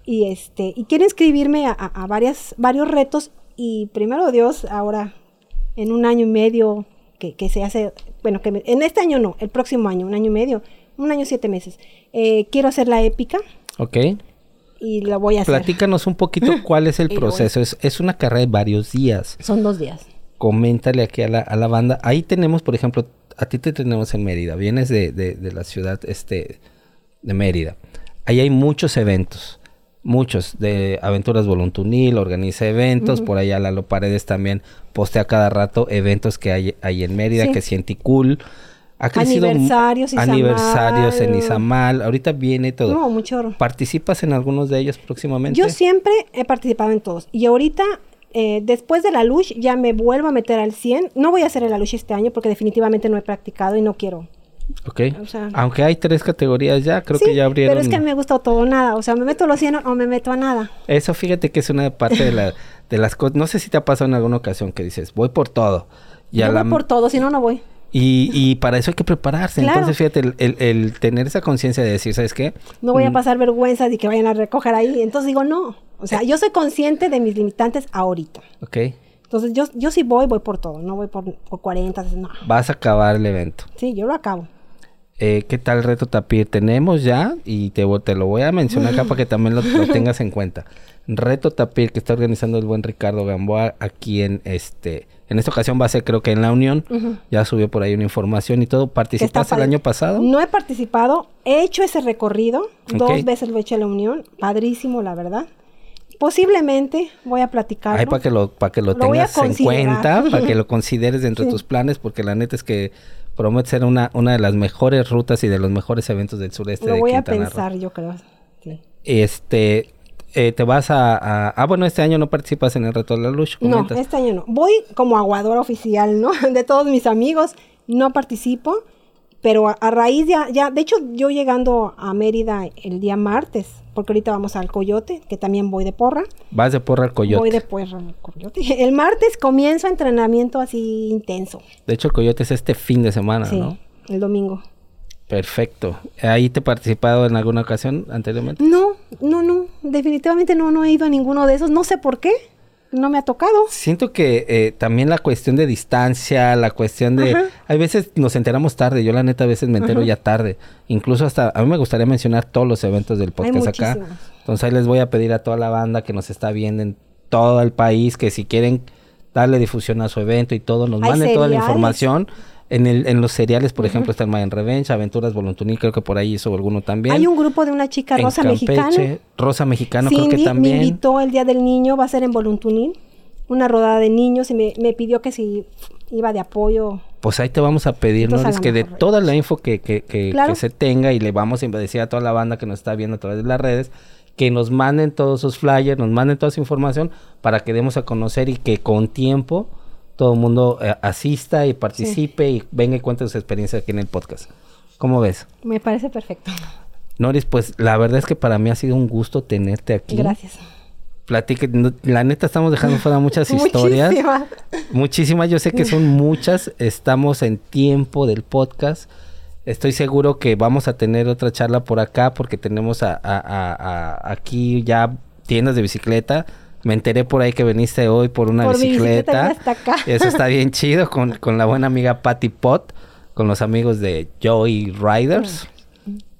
[SPEAKER 4] Y este, y quiero inscribirme a, a- a varias, varios retos. Y primero Dios, ahora, en un año y medio, que, que se hace, bueno, que me- en este año no, el próximo año, un año y medio, un año siete meses. eh, quiero hacer la épica
[SPEAKER 3] Ok.
[SPEAKER 4] y la voy a hacer.
[SPEAKER 3] Platícanos un
[SPEAKER 4] [LAUGHS]
[SPEAKER 3] poquito cuál es el
[SPEAKER 4] Y lo
[SPEAKER 3] proceso. Es, es una carrera de varios días.
[SPEAKER 4] Son dos días.
[SPEAKER 3] Coméntale aquí a la, a la banda. Ahí tenemos, por ejemplo, a ti te tenemos en Mérida. Vienes de, de- de la ciudad este, de Mérida. Ahí hay muchos eventos. Muchos. De Aventuras Voluntunil, organiza eventos. Por allá Lalo Paredes también postea cada rato eventos que hay, hay en Mérida,
[SPEAKER 4] Sí.
[SPEAKER 3] que siente cool. Ha crecido mu-
[SPEAKER 4] Aniversarios, Izamal.
[SPEAKER 3] aniversarios en Izamal. Ahorita viene todo.
[SPEAKER 4] No, mucho.
[SPEAKER 3] ¿Participas en algunos de ellos próximamente?
[SPEAKER 4] Yo siempre he participado en todos. Y ahorita, eh, después de la luch, ya me vuelvo a meter al 100. No voy a hacer el la este año porque definitivamente no he practicado y no quiero.
[SPEAKER 3] Ok.
[SPEAKER 4] O sea-
[SPEAKER 3] Aunque hay tres categorías ya, creo
[SPEAKER 4] Sí,
[SPEAKER 3] que ya abrieron.
[SPEAKER 4] Pero es que a mí me gusta todo o nada. O sea, me meto a los 100 o me meto a nada.
[SPEAKER 3] Eso fíjate que es una parte de, la, de las cosas. No sé si te ha pasado en alguna ocasión que dices, voy por todo. Y, a
[SPEAKER 4] Yo
[SPEAKER 3] la-
[SPEAKER 4] voy por todo, si no, no voy.
[SPEAKER 3] y, y para eso hay que prepararse.
[SPEAKER 4] Claro.
[SPEAKER 3] Entonces, fíjate, el, el- el tener esa conciencia de decir, ¿sabes qué?
[SPEAKER 4] No voy a
[SPEAKER 3] Mm,
[SPEAKER 4] pasar vergüenza de que vayan a recoger ahí. Entonces digo, no. O sea, yo soy consciente de mis limitantes ahorita.
[SPEAKER 3] Ok,
[SPEAKER 4] Entonces yo, yo sí voy, voy por todo. No voy por, por 40, no.
[SPEAKER 3] vas a acabar el evento.
[SPEAKER 4] Sí, yo lo acabo.
[SPEAKER 3] Eh, ¿Qué tal reto tapir? Tenemos ya, y te, vo- te lo voy a mencionar acá para que también lo, lo tengas en cuenta. Reto tapir que está organizando el buen Ricardo Gamboa aquí en este. En esta ocasión va a ser creo que en la Unión. Ya subió por ahí una información y todo.
[SPEAKER 4] que está
[SPEAKER 3] ¿Participaste el
[SPEAKER 4] padre.
[SPEAKER 3] año pasado?
[SPEAKER 4] No he participado, he hecho ese recorrido,
[SPEAKER 3] Ok.
[SPEAKER 4] dos veces lo he hecho a la Unión, padrísimo la verdad. Posiblemente voy a platicar.
[SPEAKER 3] Ahí para que lo, para que lo,
[SPEAKER 4] Lo voy a
[SPEAKER 3] tengas en
[SPEAKER 4] considerar.
[SPEAKER 3] cuenta, para
[SPEAKER 4] [LAUGHS]
[SPEAKER 3] que lo consideres dentro de tus planes, porque la neta es que promete ser una, una de las mejores rutas y de los mejores eventos del sureste
[SPEAKER 4] lo
[SPEAKER 3] de
[SPEAKER 4] voy a
[SPEAKER 3] Quintana Roo.
[SPEAKER 4] pensar, yo creo. sí.
[SPEAKER 3] Este, eh, te vas a, a- Ah, bueno, este año no participas en el Reto de la Luz.
[SPEAKER 4] No,
[SPEAKER 3] comentas.
[SPEAKER 4] este año no. Voy como aguadora oficial, ¿no? [LAUGHS] De todos mis amigos, no participo, pero a, a raíz ya, ya, de hecho yo llegando a Mérida el día martes, porque ahorita vamos al Coyote, que también voy de porra.
[SPEAKER 3] Vas de porra al coyote.
[SPEAKER 4] Voy de
[SPEAKER 3] de...
[SPEAKER 4] porra al Coyote. [LAUGHS] El martes comienzo entrenamiento así intenso.
[SPEAKER 3] hecho, el coyote es este fin de semana,
[SPEAKER 4] sí,
[SPEAKER 3] ¿no?
[SPEAKER 4] el domingo.
[SPEAKER 3] Perfecto. ¿Ahí te he participado en alguna ocasión anteriormente?
[SPEAKER 4] No, no, no, definitivamente no, no he ido a ninguno de esos, no sé por qué, no me ha tocado.
[SPEAKER 3] Siento que eh, también la cuestión de distancia, la cuestión de...
[SPEAKER 4] Ajá.
[SPEAKER 3] Hay veces nos enteramos tarde, yo la neta a veces me entero ya tarde. Incluso hasta... A mí me gustaría mencionar todos los eventos del podcast acá.
[SPEAKER 4] muchísimos.
[SPEAKER 3] Entonces ahí les voy a pedir a toda la banda que nos está viendo en todo el país que si quieren darle difusión a su evento y todo, nos
[SPEAKER 4] Hay
[SPEAKER 3] manden toda la
[SPEAKER 4] cereales.
[SPEAKER 3] información. En, el, en los seriales, por ejemplo, está el Mayan Revenge, Aventuras Voluntunil, creo que por ahí hizo alguno también.
[SPEAKER 4] Hay un grupo de una chica
[SPEAKER 3] En
[SPEAKER 4] rosa
[SPEAKER 3] Campeche,
[SPEAKER 4] mexicana.
[SPEAKER 3] Rosa Mexicana, creo que
[SPEAKER 4] Cindy me
[SPEAKER 3] también.
[SPEAKER 4] invitó el Día del Niño, va a ser en Voluntunín, una rodada de niños y me, me pidió que si iba de apoyo.
[SPEAKER 3] Pues ahí te vamos a pedir, ¿no?
[SPEAKER 4] Entonces, a
[SPEAKER 3] Es
[SPEAKER 4] lo
[SPEAKER 3] que de
[SPEAKER 4] mejor-
[SPEAKER 3] toda la info que, que- que-
[SPEAKER 4] Claro.
[SPEAKER 3] que se tenga y le vamos a decir a toda la banda que nos está viendo a través de las redes, que nos manden todos sus flyers, nos manden toda su información para que demos a conocer y que con tiempo todo el mundo eh, asista y participe y venga y cuente sus experiencias aquí en el podcast. ¿Cómo ves?
[SPEAKER 4] Me parece perfecto.
[SPEAKER 3] Noris, pues la verdad es que para mí ha sido un gusto tenerte aquí.
[SPEAKER 4] Gracias.
[SPEAKER 3] Platique, no- la neta estamos dejando fuera
[SPEAKER 4] [LAUGHS]
[SPEAKER 3] muchas historias.
[SPEAKER 4] Muchísimas.
[SPEAKER 3] Muchísimas, yo sé que son muchas. Estamos en tiempo del podcast. Estoy seguro que vamos a tener otra charla por acá porque tenemos a, a- a- a- aquí ya tiendas de bicicleta. Me enteré por ahí que viniste hoy por una
[SPEAKER 4] Por mi
[SPEAKER 3] bicicleta.
[SPEAKER 4] bicicleta vine hasta acá.
[SPEAKER 3] Eso está
[SPEAKER 4] [LAUGHS]
[SPEAKER 3] bien chido con, con la buena amiga Patty Pot, con los amigos de Joy Riders,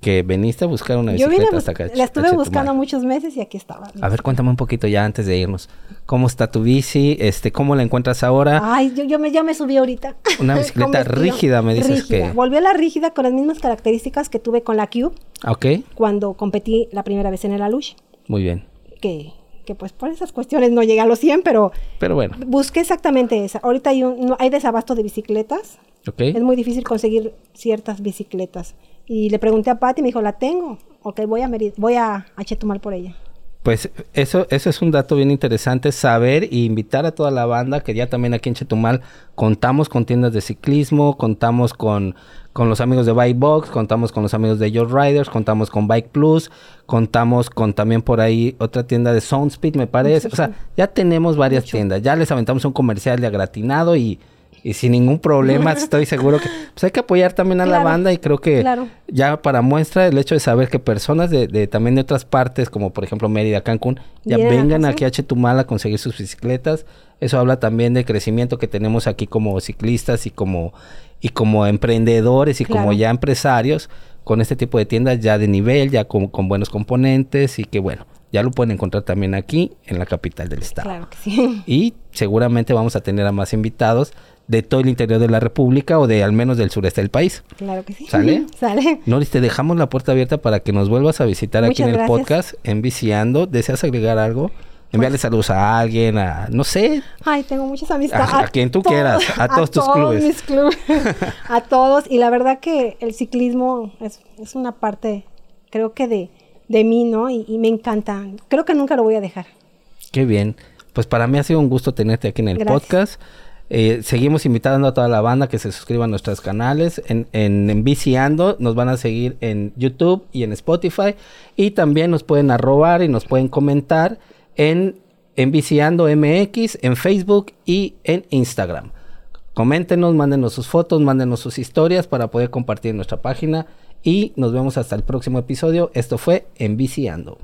[SPEAKER 3] que viniste a buscar una
[SPEAKER 4] Mm. Yo
[SPEAKER 3] bicicleta
[SPEAKER 4] vine a
[SPEAKER 3] hasta
[SPEAKER 4] bus-
[SPEAKER 3] acá.
[SPEAKER 4] la estuve
[SPEAKER 3] Chetumal.
[SPEAKER 4] buscando muchos meses y aquí estaba.
[SPEAKER 3] A ver, cuéntame un poquito ya antes de irnos. ¿Cómo está tu bici? Este, ¿Cómo la encuentras ahora?
[SPEAKER 4] Ay, yo, yo me, ya me subí ahorita.
[SPEAKER 3] Una
[SPEAKER 4] [LAUGHS] Con
[SPEAKER 3] bicicleta
[SPEAKER 4] vestido.
[SPEAKER 3] rígida, me dices
[SPEAKER 4] Rígida.
[SPEAKER 3] que-
[SPEAKER 4] Volvió a la rígida con las mismas características que tuve con la Cube
[SPEAKER 3] Ok,
[SPEAKER 4] cuando competí la primera vez en el Alush.
[SPEAKER 3] muy bien.
[SPEAKER 4] Que, que pues por esas cuestiones no llegué a los 100, pero
[SPEAKER 3] Pero bueno,
[SPEAKER 4] busqué exactamente esa. Ahorita hay, un, no- hay desabasto de bicicletas.
[SPEAKER 3] ok.
[SPEAKER 4] Es muy difícil conseguir ciertas bicicletas. Y le pregunté a Pati, me dijo, la tengo. Ok, voy a, Meri- voy a, a Chetumal por ella.
[SPEAKER 3] Pues eso, eso es un dato bien interesante, saber y invitar a toda la banda, que ya también aquí en Chetumal contamos con tiendas de ciclismo, contamos con, con los amigos de Bike Box, contamos con los amigos de Your Riders, contamos con Bike Plus, contamos con también por ahí otra tienda de Soundspeed, me parece. O sea, ya tenemos varias tiendas, ya les aventamos un comercial de agratinado y, y sin ningún problema estoy seguro que pues hay que apoyar también a la
[SPEAKER 4] Claro,
[SPEAKER 3] banda y creo que
[SPEAKER 4] claro.
[SPEAKER 3] ya para muestra el hecho de saber que personas de, de- también de otras partes como por ejemplo Mérida, Cancún, ya
[SPEAKER 4] Vienen acá,
[SPEAKER 3] vengan
[SPEAKER 4] sí.
[SPEAKER 3] aquí a Chetumal a conseguir sus bicicletas, eso habla también del crecimiento que tenemos aquí como ciclistas y como y como emprendedores y como
[SPEAKER 4] Claro.
[SPEAKER 3] ya empresarios con este tipo de tiendas ya de nivel, ya con, con buenos componentes y que bueno, ya lo pueden encontrar también aquí en la capital del estado
[SPEAKER 4] Claro que sí. [LAUGHS]
[SPEAKER 3] y seguramente vamos a tener a más invitados de todo el interior de la República o de al menos del sureste del país.
[SPEAKER 4] Claro que sí.
[SPEAKER 3] ¿Sale?
[SPEAKER 4] [LAUGHS] Sale.
[SPEAKER 3] Noris, te dejamos la puerta abierta para que nos vuelvas a visitar aquí en
[SPEAKER 4] Muchas
[SPEAKER 3] el
[SPEAKER 4] gracias. Pues
[SPEAKER 3] podcast, en Viciando. ¿Deseas agregar algo? Enviarle saludos a alguien, a no sé.
[SPEAKER 4] Ay, tengo muchas amistades.
[SPEAKER 3] A- a quien tú quieras, a todos tus clubes. [LAUGHS]
[SPEAKER 4] mis clubes. a todos. Y la verdad que el ciclismo es, es una parte, creo que de, de mí, ¿no? Y, y me encanta. Creo que nunca lo voy a dejar.
[SPEAKER 3] Qué bien. Pues para mí ha sido un gusto tenerte aquí en el
[SPEAKER 4] Gracias.
[SPEAKER 3] podcast. Eh, seguimos invitando a toda la banda que se suscriba a nuestros canales en, en, en Viciando. Nos van a seguir en YouTube y en Spotify. Y también nos pueden arrobar y nos pueden comentar en, en Viciando MX, en Facebook y en Instagram. Coméntenos, mándenos sus fotos, mándenos sus historias para poder compartir en nuestra página. Y nos vemos hasta el próximo episodio. Esto fue En Viciando.